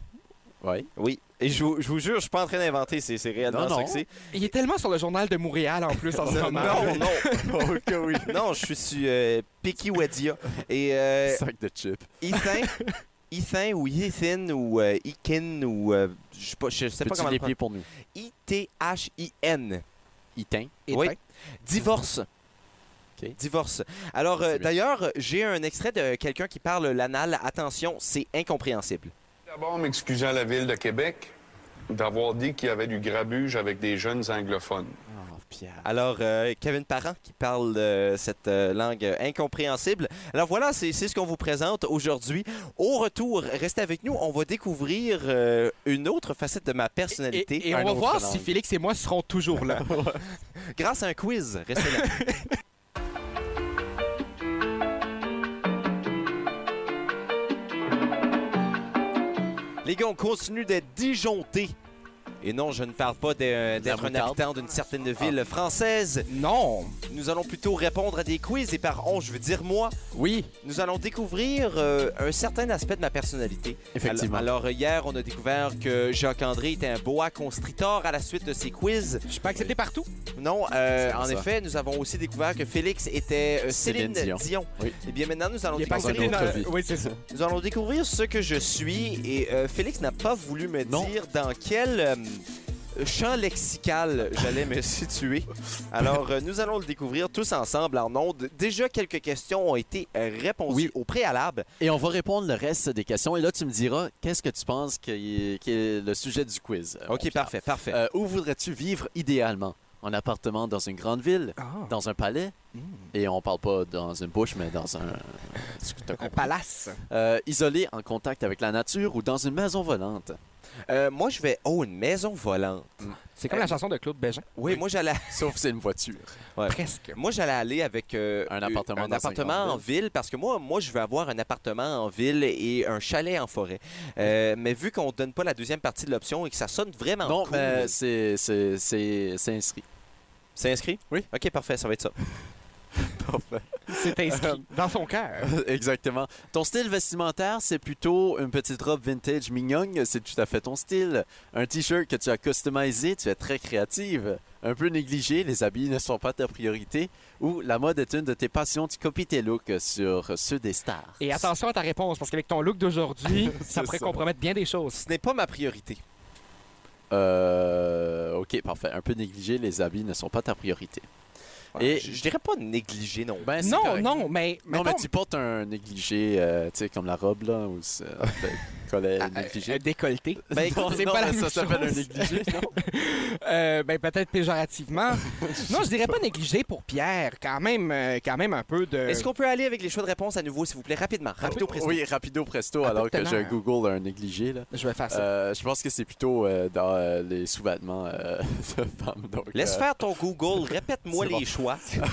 C: Oui.
A: Oui. Et je vous, je vous jure, je suis pas en train d'inventer, c'est c'est réellement
C: Non, non.
A: ça que c'est.
D: Il est tellement sur le journal de Montréal, en plus, en
C: (laughs)
D: ce moment.
A: non, non,
C: ok, oui.
A: non, je suis sur euh, Pikiwadia. Et euh,
C: Sac de chips.
A: Ethan, Ethan ou Ethan ou euh, Ikin ou euh, je sais pas, je sais pas
C: Peux-tu
A: comment le
C: les pieds pour nous?
A: prendre. I-T-H-I-N.
C: Itin.
D: Et
A: Oui.
D: ben,
A: Divorce.
C: Ok.
A: Divorce. Alors, euh,
C: C'est bien.
A: d'ailleurs, euh, j'ai un extrait de quelqu'un qui parle l'anal. Attention, c'est incompréhensible.
H: D'abord, m'excusant à la Ville de Québec d'avoir dit qu'il y avait du grabuge avec des jeunes anglophones.
C: Oh, Pierre.
A: Alors, euh, Kevin Parent qui parle euh, cette euh, langue euh, incompréhensible. Alors voilà, c'est c'est ce qu'on vous présente aujourd'hui. Au retour, restez avec nous, on va découvrir euh, une autre facette de ma
D: Et,
A: personnalité
D: et
C: Un
D: on va
C: autre
D: voir
C: langue.
D: si Félix et moi seront toujours
C: (laughs)
D: là.
A: grâce à un quiz. Restez là.
C: (laughs)
A: Les gars, on continue d'être disjonctés. Et non, je ne parle pas d'un- d'être un
C: moutarde. Ah.
A: habitant d'une certaine ville française.
D: non.
A: Nous allons plutôt répondre à des quiz et par on, je veux dire moi,
C: Oui,
A: nous allons découvrir euh, un certain aspect de ma personnalité.
C: effectivement.
A: Alors, alors, hier, on a découvert que Jacques-André était un boa constrictor à la suite de ses quiz.
D: Je suis pas accepté partout.
A: Non, euh,
C: C'est
A: en
C: ça.
A: effet, nous avons aussi découvert que Félix était euh, Céline, Dion.
C: Céline Dion. Oui.
A: Et bien maintenant, nous allons,
D: Il est pas
C: dans
A: découvrir,
D: accepté
C: une autre vie.
D: dans... Oui, c'est
C: (laughs)
D: ça.
A: nous allons découvrir ce que je suis. Et euh, Félix n'a pas voulu me
C: Non.
A: dire dans quel euh, champ lexical j'allais
C: (laughs)
A: me situer. Alors, euh, nous allons le découvrir tous ensemble en ondes. Déjà, quelques questions ont été euh, répondues au préalable.
C: Et on va répondre le reste des questions. Et là, tu me diras, qu'est-ce que tu penses qui est, qui est le sujet du quiz? euh, mon
A: OK,
C: Pierre?
A: parfait, parfait.
C: Euh, où voudrais-tu vivre idéalement? En appartement dans une grande ville?
D: Ah,
C: Dans un palais? Et on parle pas dans une bouche, mais dans un... tu- t'as
D: Un
C: compris.
D: palace.
C: Euh, isolé, en contact avec la nature ou dans une maison volante?
A: Euh, moi, je vais... Oh, une maison volante.
C: Mm.
D: C'est comme
A: Euh,
D: la chanson de Claude Bégin.
A: Oui, moi, j'allais...
C: Sauf que c'est une voiture.
D: Presque.
A: Moi, j'allais aller avec euh,
C: Un
A: euh,
C: appartement
A: un
C: dans
A: appartement
C: une grande
A: en ville parce que moi, moi, je veux avoir un appartement en ville et un chalet en forêt. Euh, mais vu qu'on donne pas la deuxième partie de l'option et que ça sonne vraiment
C: non,
A: cool,
C: mais euh, c'est- c'est c'est- c'est inscrit.
A: ben, c'est inscrit.
C: Oui.
A: Ok, parfait, ça va être ça.
D: (laughs) C'est inscrit
C: Euh,
D: dans son cœur.
C: (laughs) Exactement. Ton style vestimentaire, c'est plutôt une petite robe vintage mignonne, c'est tout à fait ton style. Un t-shirt que tu as customisé, tu es très créative. Un peu négligé, les habits ne sont pas ta priorité. Ou la mode est une de tes passions, tu copies tes looks sur ceux des stars.
D: (laughs) Et attention à ta réponse, parce qu'avec ton look
C: (laughs)
D: d'aujourd'hui, ça
C: C'est
D: pourrait
C: ça.
D: compromettre bien des choses.
A: Ce n'est pas ma priorité.
C: Euh, ok, parfait. Un peu négligé, les habits ne sont pas ta priorité.
A: Et
C: Et-
A: je, je dirais pas négliger non.
C: Ben, c'est
D: Non,
C: correct.
D: non, mais.
C: Non,
D: mettons-
A: (laughs)
C: mais tu portes un négligé, euh, tu sais, comme la robe, là, ou c'est- collet
D: Ah, euh,
C: négligé.
D: euh, décolleté.
C: (laughs)
A: Ben,
C: Non,
D: c'est
C: non,
D: pas la
C: mais
D: même
C: ça s'appelle un
D: chose.
C: négligé,
D: (laughs)
C: non?
D: Euh, ben, peut-être
C: (laughs)
D: péjorativement. non, je dirais pas négligé pour Pierre. Quand même, euh, quand même un peu de.
A: Est-ce qu'on peut aller avec les choix de réponse à nouveau, s'il vous plaît, rapidement? Rapido, président.
C: Oui, rapido presto,
D: Un peu
C: alors
D: de
C: que je
D: teneur.
C: Google un négligé. Là.
D: Je vais faire ça.
C: Euh, je pense que c'est plutôt euh, dans euh, les sous-vêtements euh, (laughs) de femmes. Donc,
A: Laisse
C: euh,
A: faire ton Google, répète-moi
C: c'est bon.
A: les (laughs) choix.
C: une (laughs)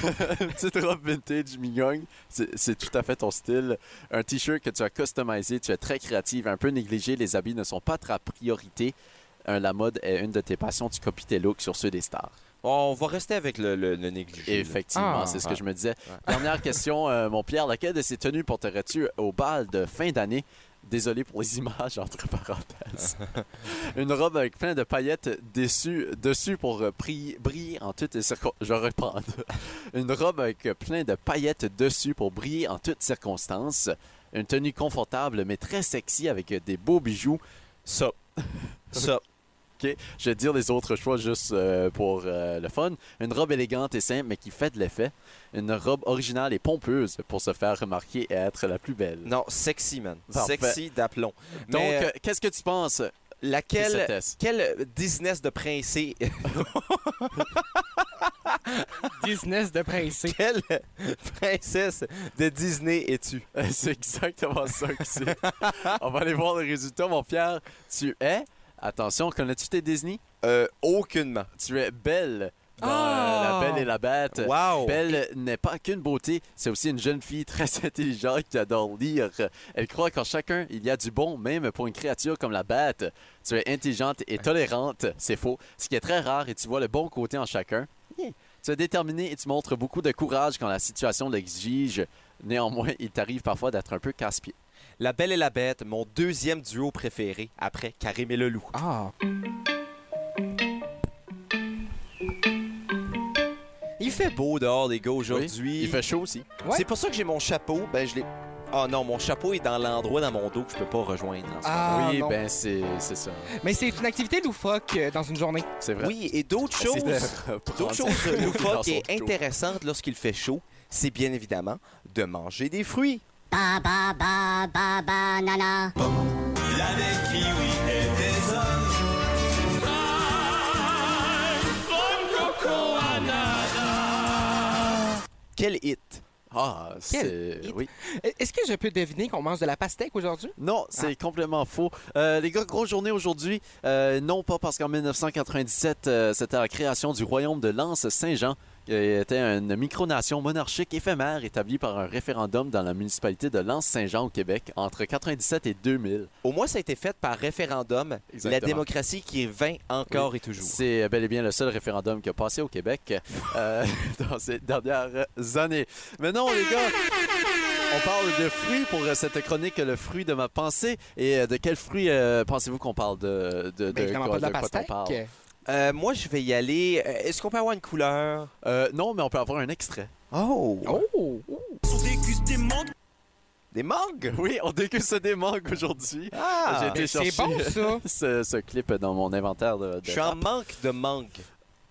C: petite robe vintage mignonne, c'est c'est tout à fait ton style. Un t-shirt que tu as customisé, tu es très créative, un peu négligé, les habits ne sont pas ta priorité. Un- la mode est une de tes passions, tu copies tes looks sur ceux des stars.
A: On va rester avec le, le- le négligé. là.
C: Effectivement,
D: Ah,
C: c'est ce
A: ouais.
C: que je me disais. Dernière question, euh, mon Pierre, laquelle de ces tenues porterais-tu au bal de fin d'année? Désolé pour les images, entre parenthèses. Une robe avec plein de paillettes dessus, dessus pour euh, pri- briller en toutes circonstances. Je reprends. (laughs) Une robe avec plein de paillettes dessus pour briller en toutes circonstances. Une tenue confortable mais très sexy avec des beaux bijoux.
A: (laughs) Ça. Ça.
C: Ok, je vais dire les autres choix juste euh, pour euh, le fun. Une robe élégante et simple, mais qui fait de l'effet. Une robe originale et pompeuse pour se faire remarquer et être la plus belle.
A: Non, sexy, man.
C: Parfait.
A: Sexy d'aplomb.
C: Donc,
A: Mais, euh,
C: euh, qu'est-ce que tu penses, (laughs)
A: laquelle.
C: Christesse?
A: Quel business de princesse
C: (laughs) Euh.
D: Business de princesse.
A: (laughs) quelle princesse de Disney es-tu?
C: C'est exactement ça
A: (laughs)
C: que c'est. On va aller voir le résultat, mon Pierre. Tu es, attention, connais-tu tes Disney?
A: Euh, aucunement.
C: Tu es belle dans euh,
D: Ah!
C: La Belle et la Bête.
A: Wow!
C: Belle n'est pas qu'une beauté, c'est aussi une jeune fille très (laughs) intelligente qui adore lire. Elle croit qu'en chacun, il y a du bon, même pour une créature comme la bête. Tu es intelligente et tolérante, c'est faux, ce qui est très rare et tu vois le bon côté en chacun. Yeah. Tu es déterminée et tu montres beaucoup de courage quand la situation l'exige. Néanmoins, il t'arrive parfois d'être un peu casse-pied.
A: La Belle et la Bête, mon deuxième duo préféré après Karim et le Loup.
D: Ah,
A: Il fait beau dehors, les gars, aujourd'hui.
C: Il fait chaud aussi.
D: Ouais.
A: C'est pour ça que j'ai mon chapeau. Ben, je l'ai. Ah non, mon chapeau est dans l'endroit dans mon dos que je peux pas rejoindre. en ce moment.
D: Ah,
C: oui,
D: non.
C: ben c'est c'est ça.
D: Mais c'est une activité loufoque euh, dans une journée.
C: C'est vrai.
A: Oui, et d'autres
C: Ah, (laughs) C'est
A: choses.
C: de reprendre
A: D'autres
C: sa
A: choses
C: peau (laughs) dans
A: loufoques
C: son
A: et
C: couteau.
A: intéressantes lorsqu'il fait chaud, c'est bien évidemment de manger des fruits.
E: Ba ba ba ba banana.
A: Quel hit!
C: Ah, c'est
D: hit.
C: oui.
D: Euh, Est-ce que je peux deviner qu'on mange de la pastèque aujourd'hui?
C: Non, c'est complètement faux. Euh, les gars, grosse journée aujourd'hui. Euh, non, pas parce qu'en 1997, euh, c'était la création du royaume de Lens-Saint-Jean, qui était une micronation monarchique éphémère établie par un référendum dans la municipalité de Lens-Saint-Jean au Québec entre 97 et 2000.
A: Au moins, ça a été fait par référendum. La
C: Exactement.
A: démocratie qui est vain encore et toujours.
C: C'est bel et bien le seul référendum qui a passé au Québec
D: (laughs)
C: euh, (laughs) dans ces dernières années. Mais non, les gars, on parle de fruits pour euh, cette chronique Le fruit de ma pensée. Et euh, de quel fruit euh, pensez-vous qu'on parle de, de, de,
D: Ben, évidemment
C: quoi-
D: pas de la
C: de quoi on
D: pastèque.
C: parle?
A: Euh, moi, je vais y aller. Euh, Est-ce qu'on peut avoir une couleur?
C: Euh, non, mais on peut avoir un extrait. (laughs)
A: Oh!
D: Oh!
A: Des mangues!
C: Oui, on déguste des mangues aujourd'hui.
A: Ah!
C: J'ai été
D: C'est
C: chercher
D: bon, ça!
C: (laughs) ce, ce clip dans mon inventaire de, de
A: Je suis en
C: rap.
A: manque de mangue.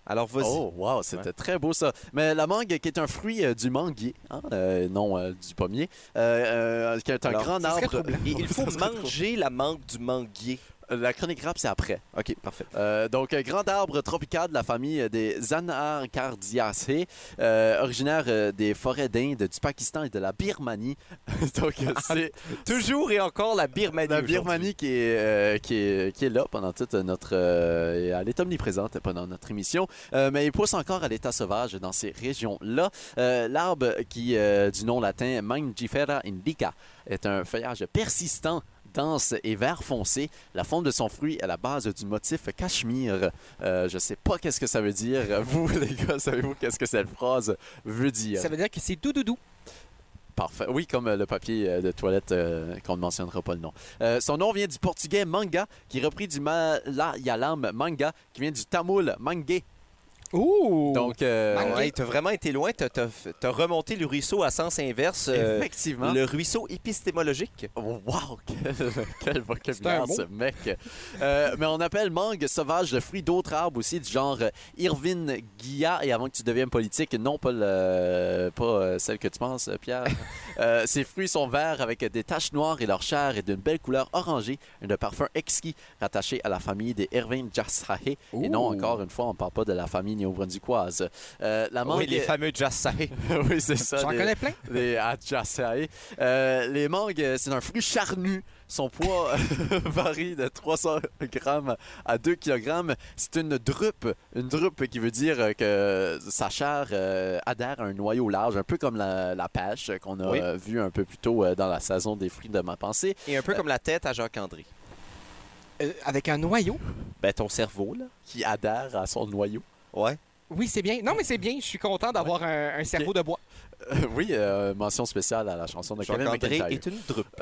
A: Alors, vas-y.
C: Oh, wow, c'était
A: Ouais.
C: très beau ça. Mais la mangue, qui est un fruit euh, du manguier, hein, euh, non euh, du pommier, euh, euh, qui est un
A: Alors,
C: grand
D: serait
C: arbre.
D: troublant.
A: Et il faut
C: (laughs) Ça serait
A: manger la mangue du manguier.
C: Euh, La chronique rap, c'est après.
A: OK, parfait.
C: Euh, donc, un grand arbre tropical de la famille des Anacardiacées, euh, originaire euh, des forêts d'Inde, du Pakistan et de la Birmanie. (laughs) donc, euh, c'est
A: Toujours et encore la Birmanie.
C: la Birmanie qui est, euh, qui, est, qui est là pendant toute notre... euh, elle est omniprésente pendant notre émission, Euh, mais il pousse encore à l'état sauvage dans ces régions-là. Euh, L'arbre qui, euh, du nom latin Mangifera indica, est un feuillage persistant dense et vert foncé. La forme de son fruit est à la base du motif cachemire. Euh, je sais pas qu'est-ce que ça veut dire. Vous, (laughs) les gars, savez-vous qu'est-ce que cette phrase veut dire?
D: Ça veut dire que c'est tout doudou.
C: Parfait. Oui, comme euh, le papier euh, de toilette euh, qu'on ne mentionnera pas le nom. Euh, son nom vient du portugais manga, qui est repris du malayalam manga, qui vient du tamoul mangé.
D: Ouh!
C: Donc, euh,
D: Manga.
A: Ouais, t'as vraiment été loin. T'as- T'as t'as remonté le ruisseau à sens inverse. euh,
C: effectivement.
A: le ruisseau épistémologique.
C: Wow, (laughs) quel, quel
D: un
C: vocabulaire
D: mot.
C: ce mec. Euh, mais on appelle mangue sauvage le fruit d'autres arbres aussi du genre euh, Irvine
D: (laughs)
C: Guilla et avant que tu deviennes politique, non pas le- pas euh, celle que tu penses euh, Pierre, Euh, ses fruits sont verts avec des taches noires et leur chair est d'une belle couleur orangée et de parfum exquis rattaché à la famille des Ervinjaceae. Et non,
D: Ouh.
C: encore une fois, on ne parle pas de la famille néo-brunswickoise. Euh, la mangue
A: Oui, les fameux Jassai.
C: (laughs) oui, c'est ça.
D: J'en
C: des-
D: connais plein.
C: les Achaceae. Euh, les mangues, euh, c'est un fruit charnu. Son poids euh, (laughs) varie de 300 grammes à 2 kg. C'est une drupe. Une drupe qui veut dire euh, que sa chair euh, adhère à un noyau large, un peu comme la, la pêche euh, qu'on a
A: Oui.
C: euh, vue un peu plus tôt euh, dans la saison des fruits de ma pensée.
A: Et un peu comme la tête à Jacques-André.
D: Euh, avec un noyau.
A: Ben, ton cerveau, là.
C: Qui adhère à son noyau.
A: Ouais.
D: Oui, c'est bien. Non, mais c'est bien. Je suis content d'avoir un, un cerveau de bois.
C: Euh, oui, euh, mention spéciale à la chanson de Kevin
A: Jacques-André
C: McIntyre.
A: est une drupe.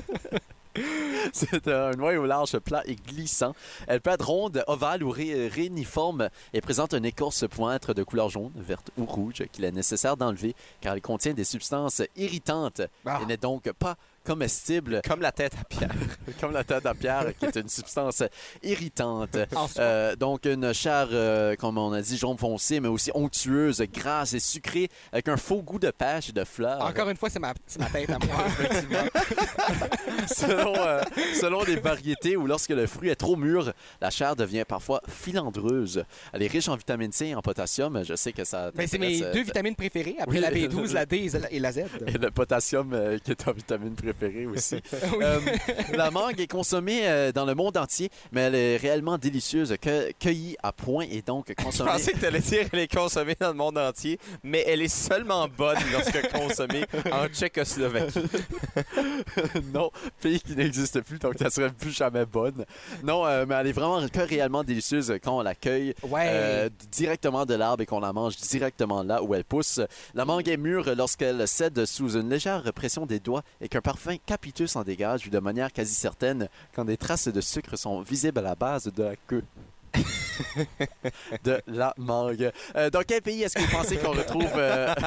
C: (laughs) C'est un noyau large, plat et glissant. Elle peut être ronde, ovale ou ré- réniforme et présente une écorce pointre de couleur jaune, verte ou rouge qu'il est nécessaire d'enlever car elle contient des substances irritantes
D: Ah.
C: et n'est donc pas comestible
A: Comme la tête à Pierre.
C: (laughs) comme la tête à pierre qui est une substance
A: (laughs)
C: irritante.
D: En soi.
C: Euh, donc une chair, euh, comme on a dit, jaune foncé, mais aussi onctueuse, grasse et sucrée, avec un faux goût de pêche et de fleurs.
D: Encore une fois, c'est ma, c'est ma tête à
C: (laughs)
D: moi.
C: selon, euh, selon les variétés ou lorsque le fruit est trop mûr, la chair devient parfois filandreuse. Elle est riche en vitamine C et en potassium. Je sais que ça.
D: Ben, c'est
C: t'intéresse,
D: mes
C: euh,
D: deux vitamines préférées, après
C: Oui.
D: la B12,
C: (laughs)
D: la D et la- et la Z.
C: Et (laughs) le potassium, euh, qui est ta vitamine préférée aussi.
D: (laughs) Oui.
C: Euh, la mangue est consommée euh, dans le monde entier, mais elle est réellement délicieuse, que- cueillie à point et
D: (laughs)
C: donc
A: Je
C: consommée.
A: pensais que t'allais dire qu'elle est consommée dans le monde entier, mais elle est seulement bonne lorsque consommée (laughs) en Tchécoslovaquie.
C: (laughs) non, pays qui n'existe plus, donc ça serait plus jamais bonne. Non, euh, mais elle est vraiment que réellement délicieuse quand on la cueille.
D: Ouais.
C: euh, directement de l'arbre et qu'on la mange directement là où elle pousse. La mangue est mûre lorsqu'elle cède sous une légère pression des doigts et qu'un parfum capiteux s'en dégage ou de manière quasi certaine quand des traces de sucre sont visibles à la base de la queue. de la mangue. Euh, dans quel pays est-ce que vous pensez qu'on retrouve... euh, (laughs)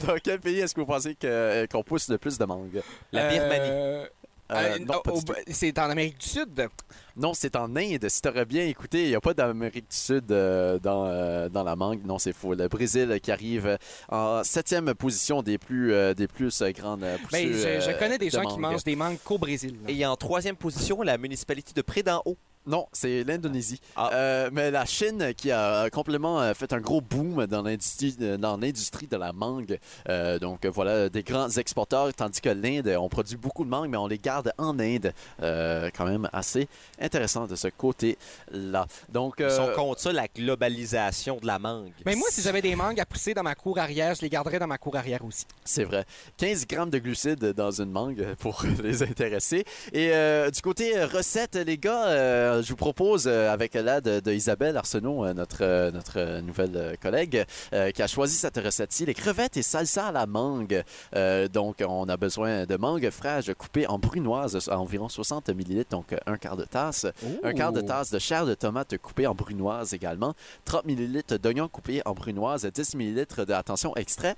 C: Dans quel pays est-ce que vous pensez que- qu'on pousse le plus de mangue?
A: La Birmanie.
D: Euh,
C: Euh,
D: euh,
C: non, pas
D: au-
C: du tout.
D: c'est en Amérique du Sud.
C: Non, c'est en Inde. Si t'aurais bien écouté, il n'y a pas d'Amérique du Sud euh, dans, euh, dans la mangue. Non, c'est faux. Le Brésil euh, qui arrive en septième position des plus, euh, des plus euh, grandes euh, poussures.
D: Ben, je, je
C: euh,
D: connais des
C: de
D: gens qui
C: mangue.
D: mangent des mangues qu'au Brésil.
A: Et en troisième position, la municipalité de Pré-d'en-Haut.
C: Non, c'est l'Indonésie.
A: Ah.
C: Euh, mais la Chine qui a euh, complètement euh, fait un gros boom dans l'industrie de, dans l'industrie de la mangue. Euh, donc euh, voilà, des grands exporteurs, tandis que l'Inde, on produit beaucoup de mangue, mais on les garde en Inde. Euh, quand même assez intéressant de ce côté-là. Donc,
A: Ils sont
C: euh,
A: contre ça, la globalisation de la mangue.
D: Mais Ben, moi, si j'avais des mangues à pousser dans ma cour arrière, je les garderais dans ma cour arrière aussi.
C: C'est vrai. 15 grammes de glucides dans une mangue (laughs) pour les intéresser. Et euh, du côté euh, recette, les gars, euh, je vous propose, euh, avec l'aide de, de Isabelle Arsenault, euh, notre, euh, notre euh, nouvelle euh, collègue, euh, qui a choisi cette recette-ci, les crevettes et salsa à la mangue. Euh, donc, on a besoin de mangue fraîche coupée en brunoise à environ 60 ml, donc euh, un quart de tasse. Un quart de tasse de chair de tomate coupée en brunoise également. 30 ml d'oignons coupés en brunoise. 10 ml de, attention, extrait.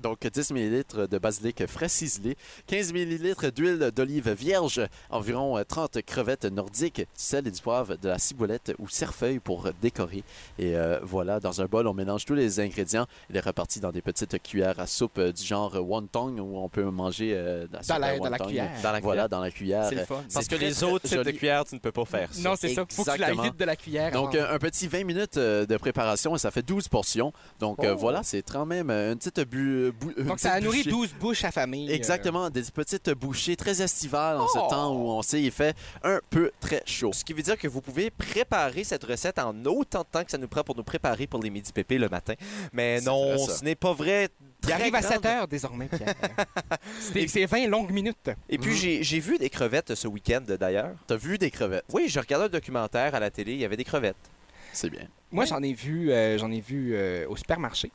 C: Donc 10 ml de basilic frais ciselé, 15 ml d'huile d'olive vierge, environ euh, 30 crevettes nordiques, du sel et du poivre, de la ciboulette ou cerfeuil pour décorer. Et euh, voilà, dans un bol, on mélange tous les ingrédients. Il est reparti dans des petites cuillères à soupe euh, du genre wonton où on peut manger euh, de la soupe
D: Dans la,
C: à
D: dans la
C: wonton.
D: cuillère.
A: Dans la
C: Voilà, dans la cuillère.
D: C'est le fun.
A: Parce que
C: très,
A: les
C: très
A: autres types de
C: joli.
A: cuillères, tu ne peux pas faire ça.
D: Non, c'est ça. Faut que tu la
C: Exactement.
D: vides de la cuillère.
C: Donc,
D: avant.
C: euh, un petit 20 minutes euh, de préparation et ça fait 12 portions. Donc, euh,
D: Oh.
C: voilà, c'est quand même euh, une petite bu- bou- une
D: Donc, ça a
C: petite
D: nourri
C: bouchée.
D: 12 bouches à famille. euh,
C: Exactement, des petites bouchées très estivales en ce
D: Oh.
C: temps où on sait il fait un peu très chaud.
A: Ce qui veut dire que vous pouvez préparer cette recette en autant de temps que ça nous prend pour nous préparer pour les midi pépés le matin. Mais
C: C'est
A: non,
C: vrai, ça.
A: ce n'est pas vrai.
D: Il arrive à
A: Très
D: 7
A: grande.
D: heures désormais, Pierre. C'était- C'est 20 longues minutes.
A: Et puis, j'ai- j'ai vu des crevettes ce week-end, d'ailleurs.
C: T'as vu des crevettes?
A: Oui, je regardais un documentaire à la télé, il y avait des crevettes.
C: C'est bien.
D: Moi, j'en ai vu, euh, j'en ai vu euh, au supermarché.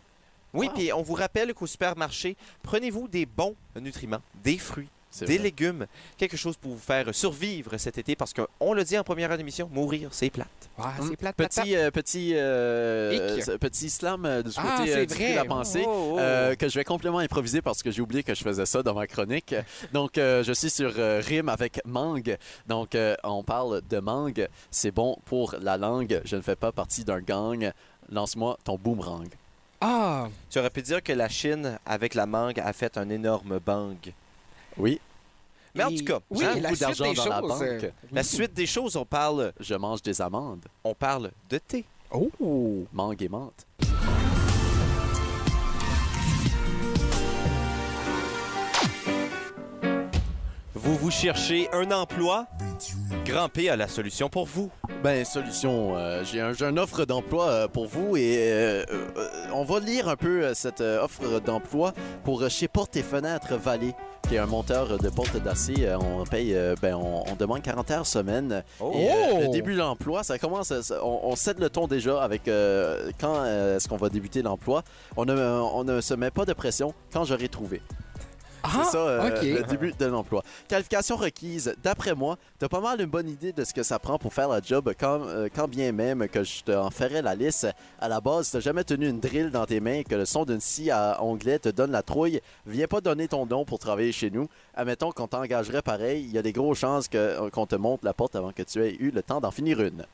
A: Oui,
C: Wow.
A: puis on vous rappelle qu'au supermarché, prenez-vous des bons nutriments, des fruits,
C: C'est
A: des
C: vrai.
A: légumes, quelque chose pour vous faire survivre cet été parce qu'on le dit en première heure d'émission, mourir, c'est plate.
D: Ah,
C: Hum.
D: c'est plate, plate, plate.
C: Petit, euh, petit, euh,
D: Hic.
C: euh, petit slam euh, du côté
D: Ah,
C: euh,
D: c'est
C: du fruit de
D: vrai.
C: la pensée.
D: Oh, oh.
C: euh, que je vais complètement improviser parce que j'ai oublié que je faisais ça dans ma chronique. Donc, euh, je suis sur euh, rime avec mangue. Donc, euh, on parle de mangue. C'est bon pour la langue. Je ne fais pas partie d'un gang. Lance-moi ton boomerang.
D: Ah,
A: Tu aurais pu dire que la Chine, avec la mangue, a fait un énorme bang.
C: Oui,
A: Mais en
D: Et-
A: tout cas,
D: oui,
A: hein,
D: la
C: beaucoup
D: suite
C: d'argent
D: des
C: dans la
D: choses,
C: banque.
D: euh,
A: la suite des choses, on parle,
C: Je mange des amandes,
A: on parle de thé.
D: Oh!
C: mangue et menthe.
A: Vous vous cherchez un emploi? Grand P a la solution pour vous.
C: Ben, solution, euh, j'ai un- j'ai une offre d'emploi euh, pour vous et euh, euh, euh, on va lire un peu euh, cette euh, offre d'emploi pour euh, chez Porte et Fenêtres Vallée, qui est un monteur de porte d'acier. Euh, on paye, euh, ben, on, on demande 40 heures semaine. Et, euh,
D: oh!
C: le début de l'emploi, ça commence, à- ça- on, on cède le ton déjà avec euh, quand euh, est-ce qu'on va débuter l'emploi. On ne, on ne se met pas de pression quand j'aurai trouvé.
D: Ah,
C: C'est ça, euh,
D: ok.
C: le début de l'emploi. Qualification requise, d'après moi, t'as pas mal une bonne idée de ce que ça prend pour faire la job, quand, euh, quand bien même que je t'en ferais la liste. À la base, si t'as jamais tenu une drill dans tes mains et que le son d'une scie à onglet te donne la trouille, viens pas donner ton don pour travailler chez nous. Admettons qu'on t'engagerait pareil, il y a des grosses chances que- euh, qu'on te monte la porte avant que tu aies eu le temps d'en finir une.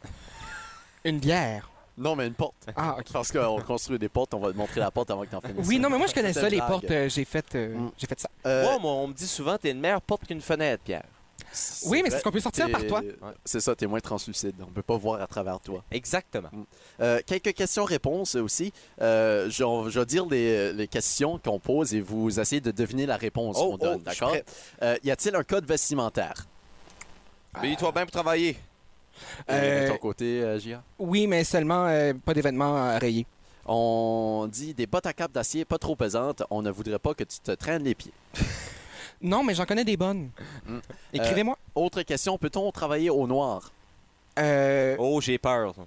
D: Une bière.
C: Non, mais une porte.
D: Ah, OK.
C: Parce qu'on construit des portes, on va te montrer la porte avant que t'en finisses
D: Oui,
C: une.
D: non, mais moi, je connais
C: C'est
D: ça,
C: une
D: les
C: blague.
D: portes. euh, j'ai fait, euh,
C: Mm.
D: j'ai fait ça.
C: Euh,
A: Moi, on me dit souvent, t'es une meilleure porte qu'une fenêtre, Pierre.
C: c'est
D: Oui, mais
C: vrai.
D: c'est qu'on peut sortir par
C: T'es-
D: toi.
C: C'est ça, t'es moins translucide. On peut pas voir à travers toi.
A: Exactement.
C: Euh, quelques questions-réponses aussi. Euh, je, on- je vais dire les, les questions qu'on pose et vous essayez de deviner la réponse
A: Oh,
C: qu'on
A: oh,
C: donne,
A: je suis
C: d'accord?
A: prêt.
C: Euh, y a-t-il un code vestimentaire?
A: Paye-toi Ah. bien pour travailler.
C: Et
D: Euh,
C: De ton côté, euh, Gia?
D: Oui, mais seulement euh, pas d'événements à rayer.
C: On dit des bottes à cap d'acier pas trop pesantes. On ne voudrait pas que tu te traînes les pieds.
D: Non, mais j'en connais des bonnes.
C: Mm.
D: Écrivez-moi.
C: Autre question, peut-on travailler au noir?
D: Euh,
A: Oh, j'ai peur. ça.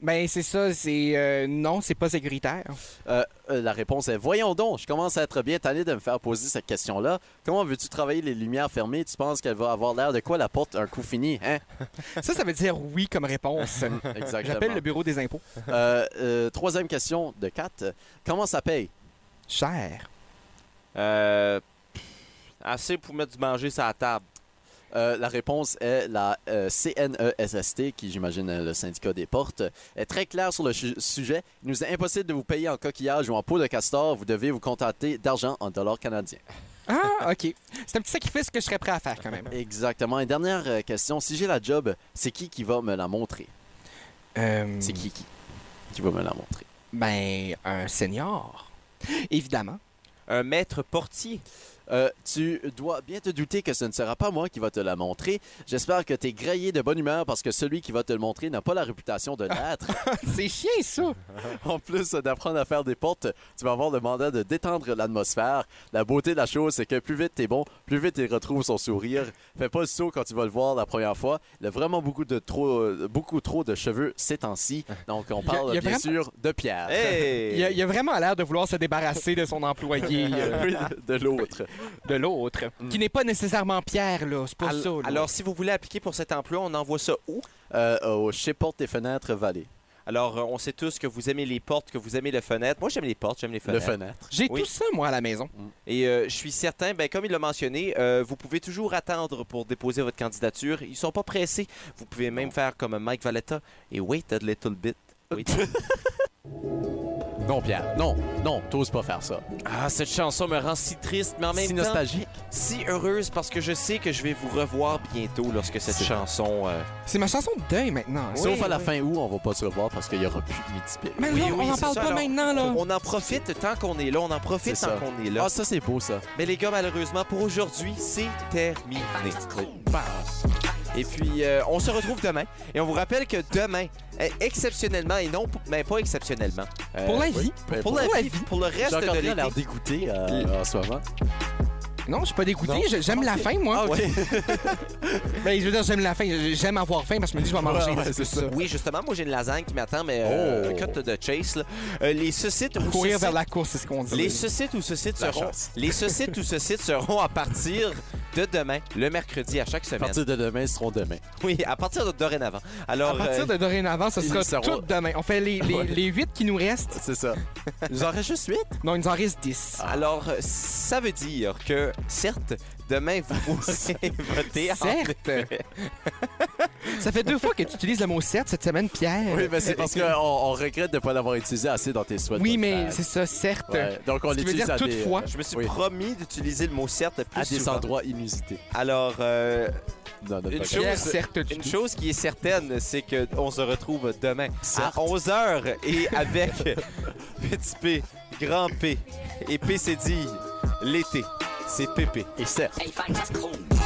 D: ben, c'est ça, c'est. euh, non, c'est pas sécuritaire.
C: Euh, euh, la réponse est Voyons donc, je commence à être bien tanné de me faire poser cette question-là. Comment veux-tu travailler les lumières fermées Tu penses qu'elle va avoir l'air de quoi la porte un coup fini,
D: (laughs)
C: hein
D: Ça, ça veut dire oui comme
A: (laughs)
D: réponse. J'appelle
C: Exactement.
D: le bureau des impôts.
C: Euh, euh, troisième question de 4. Comment ça paye
D: Cher.
A: Euh, pff, assez pour mettre du manger sur la table.
C: Euh, La réponse est la euh, CNESST, qui j'imagine est le syndicat des portes, est très claire sur le chu- sujet. Il nous est impossible de vous payer en coquillage ou en peau de castor. Vous devez vous contenter d'argent en dollars canadiens.
D: Ah, OK. C'est un petit sacrifice que je serais prêt à faire quand même.
C: Exactement. Et dernière euh, question. Si j'ai la job, c'est qui qui va me la montrer
D: Euh,
A: Mhm.
C: C'est qui qui, qui va me la montrer
D: Ben, un senior. Évidemment. (laughs)
A: Un maître portier.
C: Euh, tu dois bien te douter que ce ne sera pas moi qui va te la montrer. J'espère que t'es grillé de bonne humeur parce que celui qui va te le montrer n'a pas la
A: (laughs)
C: réputation de l'être.
D: c'est chiant, ça.
C: en plus d'apprendre à faire des portes, tu vas avoir le mandat de détendre l'atmosphère. La beauté de la chose, c'est que plus vite t'es bon, plus vite il retrouve son sourire. Fais pas le saut quand tu vas le voir la première fois. Il a vraiment beaucoup de trop, euh, beaucoup trop de cheveux ces temps-ci. Donc
D: y
C: on
D: a-
C: parle
D: il y a
C: bien
D: vraiment-
C: sûr de Pierre.
A: (laughs)
C: (laughs)
A: Hey!
D: Il a, il a vraiment l'air de vouloir se débarrasser de son employé,
A: (laughs)
D: euh,
C: Oui, de l'autre.
D: de l'autre, qui n'est pas nécessairement Pierre, là. C'est pas
A: Mm. Al-
D: ça, là.
A: alors, si vous voulez appliquer pour cet emploi, on envoie ça où?
C: Euh, au chez Porte et Fenêtres Vallée.
A: Alors, euh, on sait tous que vous aimez les portes, que vous aimez les fenêtres. Moi, j'aime les portes, j'aime les
C: Le
A: fenêtres.
C: fenêtre.
D: j'ai
A: oui.
D: tout ça, moi, à la maison.
A: Et euh, je suis certain, ben, comme il l'a mentionné, euh, vous pouvez toujours attendre pour déposer votre candidature. Ils sont pas pressés. Vous pouvez même faire comme Mike Valletta et wait a little (laughs) bit. Wait.
C: Non, Pierre. Non, non, t'oses pas faire ça.
A: ah, cette chanson me rend si triste, mais en même
C: si
A: temps,
C: nostalgique.
A: si heureuse parce que je sais que je vais vous revoir bientôt lorsque cette chanson. euh,
D: C'est ma chanson de deuil maintenant.
C: Sauf à la fin août, on va pas se revoir parce qu'il y aura plus de midi pile.
D: Mais
A: Oui,
D: non,
A: oui,
D: on n'en
A: c'est
D: parle
A: ça,
D: pas
A: alors.
D: maintenant, là.
A: On en profite tant qu'on est là, on en profite
C: C'est
A: tant
C: ça.
A: qu'on est là.
C: Ah, ça, c'est beau, ça.
A: Mais les gars, malheureusement, pour aujourd'hui, c'est terminé. Et puis, euh, on se retrouve demain. Et on vous rappelle que demain, euh, exceptionnellement, et non, mais pas exceptionnellement, euh,
D: Pour la vie.
C: Ben,
A: pour, la vie, pour le reste de
C: Jean-Claude a l'air
A: l'été.
C: dégoûté euh, en ce moment.
D: Non, je suis pas dégoûté.
A: Non.
D: je- J'aime la faim,
A: Ah,
D: moi.
C: ok.
D: Ben, je veux dire, j'aime la faim. je- J'aime avoir faim parce que je
A: (laughs)
D: me dis, je vais manger.
C: Ouais, ouais,
D: c'est
C: c'est
D: ça.
C: ça.
A: Oui, justement, moi j'ai une lasagne qui m'attend, mais euh,
C: Oh.
A: cut de chase. là. Euh, les sucites ou
D: Courir
A: sucites-
D: vers la course, c'est ce qu'on dit.
A: Les sucites ou sucites
C: La
A: seront
C: chasse.
A: les sucites ou sucites seront à partir de demain, le mercredi à chaque
C: À
A: semaine.
C: partir de demain, ils seront demain.
A: Oui, à partir de dorénavant. Alors
D: À partir
A: euh,
D: de dorénavant, ce
C: ils
D: sera
C: le sauront.
D: tout demain. On fait les, les,
C: Ouais.
D: les 8 qui nous restent.
C: C'est ça. (laughs) J'en reste juste 8.
D: Non, il nous en reste 10.
A: Alors, euh, ça veut dire
C: (laughs)
A: que, certes, demain, vous pourrez voter en...
D: Certes. (laughs) Ça fait deux fois que tu utilises le mot 7 cette semaine, Pierre.
C: Oui, mais c'est parce qu'on (laughs) on regrette de ne pas l'avoir utilisé assez dans tes souhaits.
D: Oui,
C: Dr.
D: mais
C: Fab.
D: c'est ça, certes.
C: Ouais, Donc, on
D: Ce qui veut
C: l'utilise
D: dire
C: à des,
D: toutefois.
A: Je me suis
C: Oui.
A: promis d'utiliser le mot certes plus
C: à des
A: souvent.
C: endroits inusités.
A: Alors, euh,
C: dans notre
A: Une
C: podcast.
A: chose-
D: Pierre, certes, tu
A: une chose qui est certaine, c'est qu'on se retrouve demain
C: Certes.
A: à 11h et avec (laughs) petit P, grand P et PCD, l'été. C'est Pépé.
C: Et certes.
E: Hey, fantastique.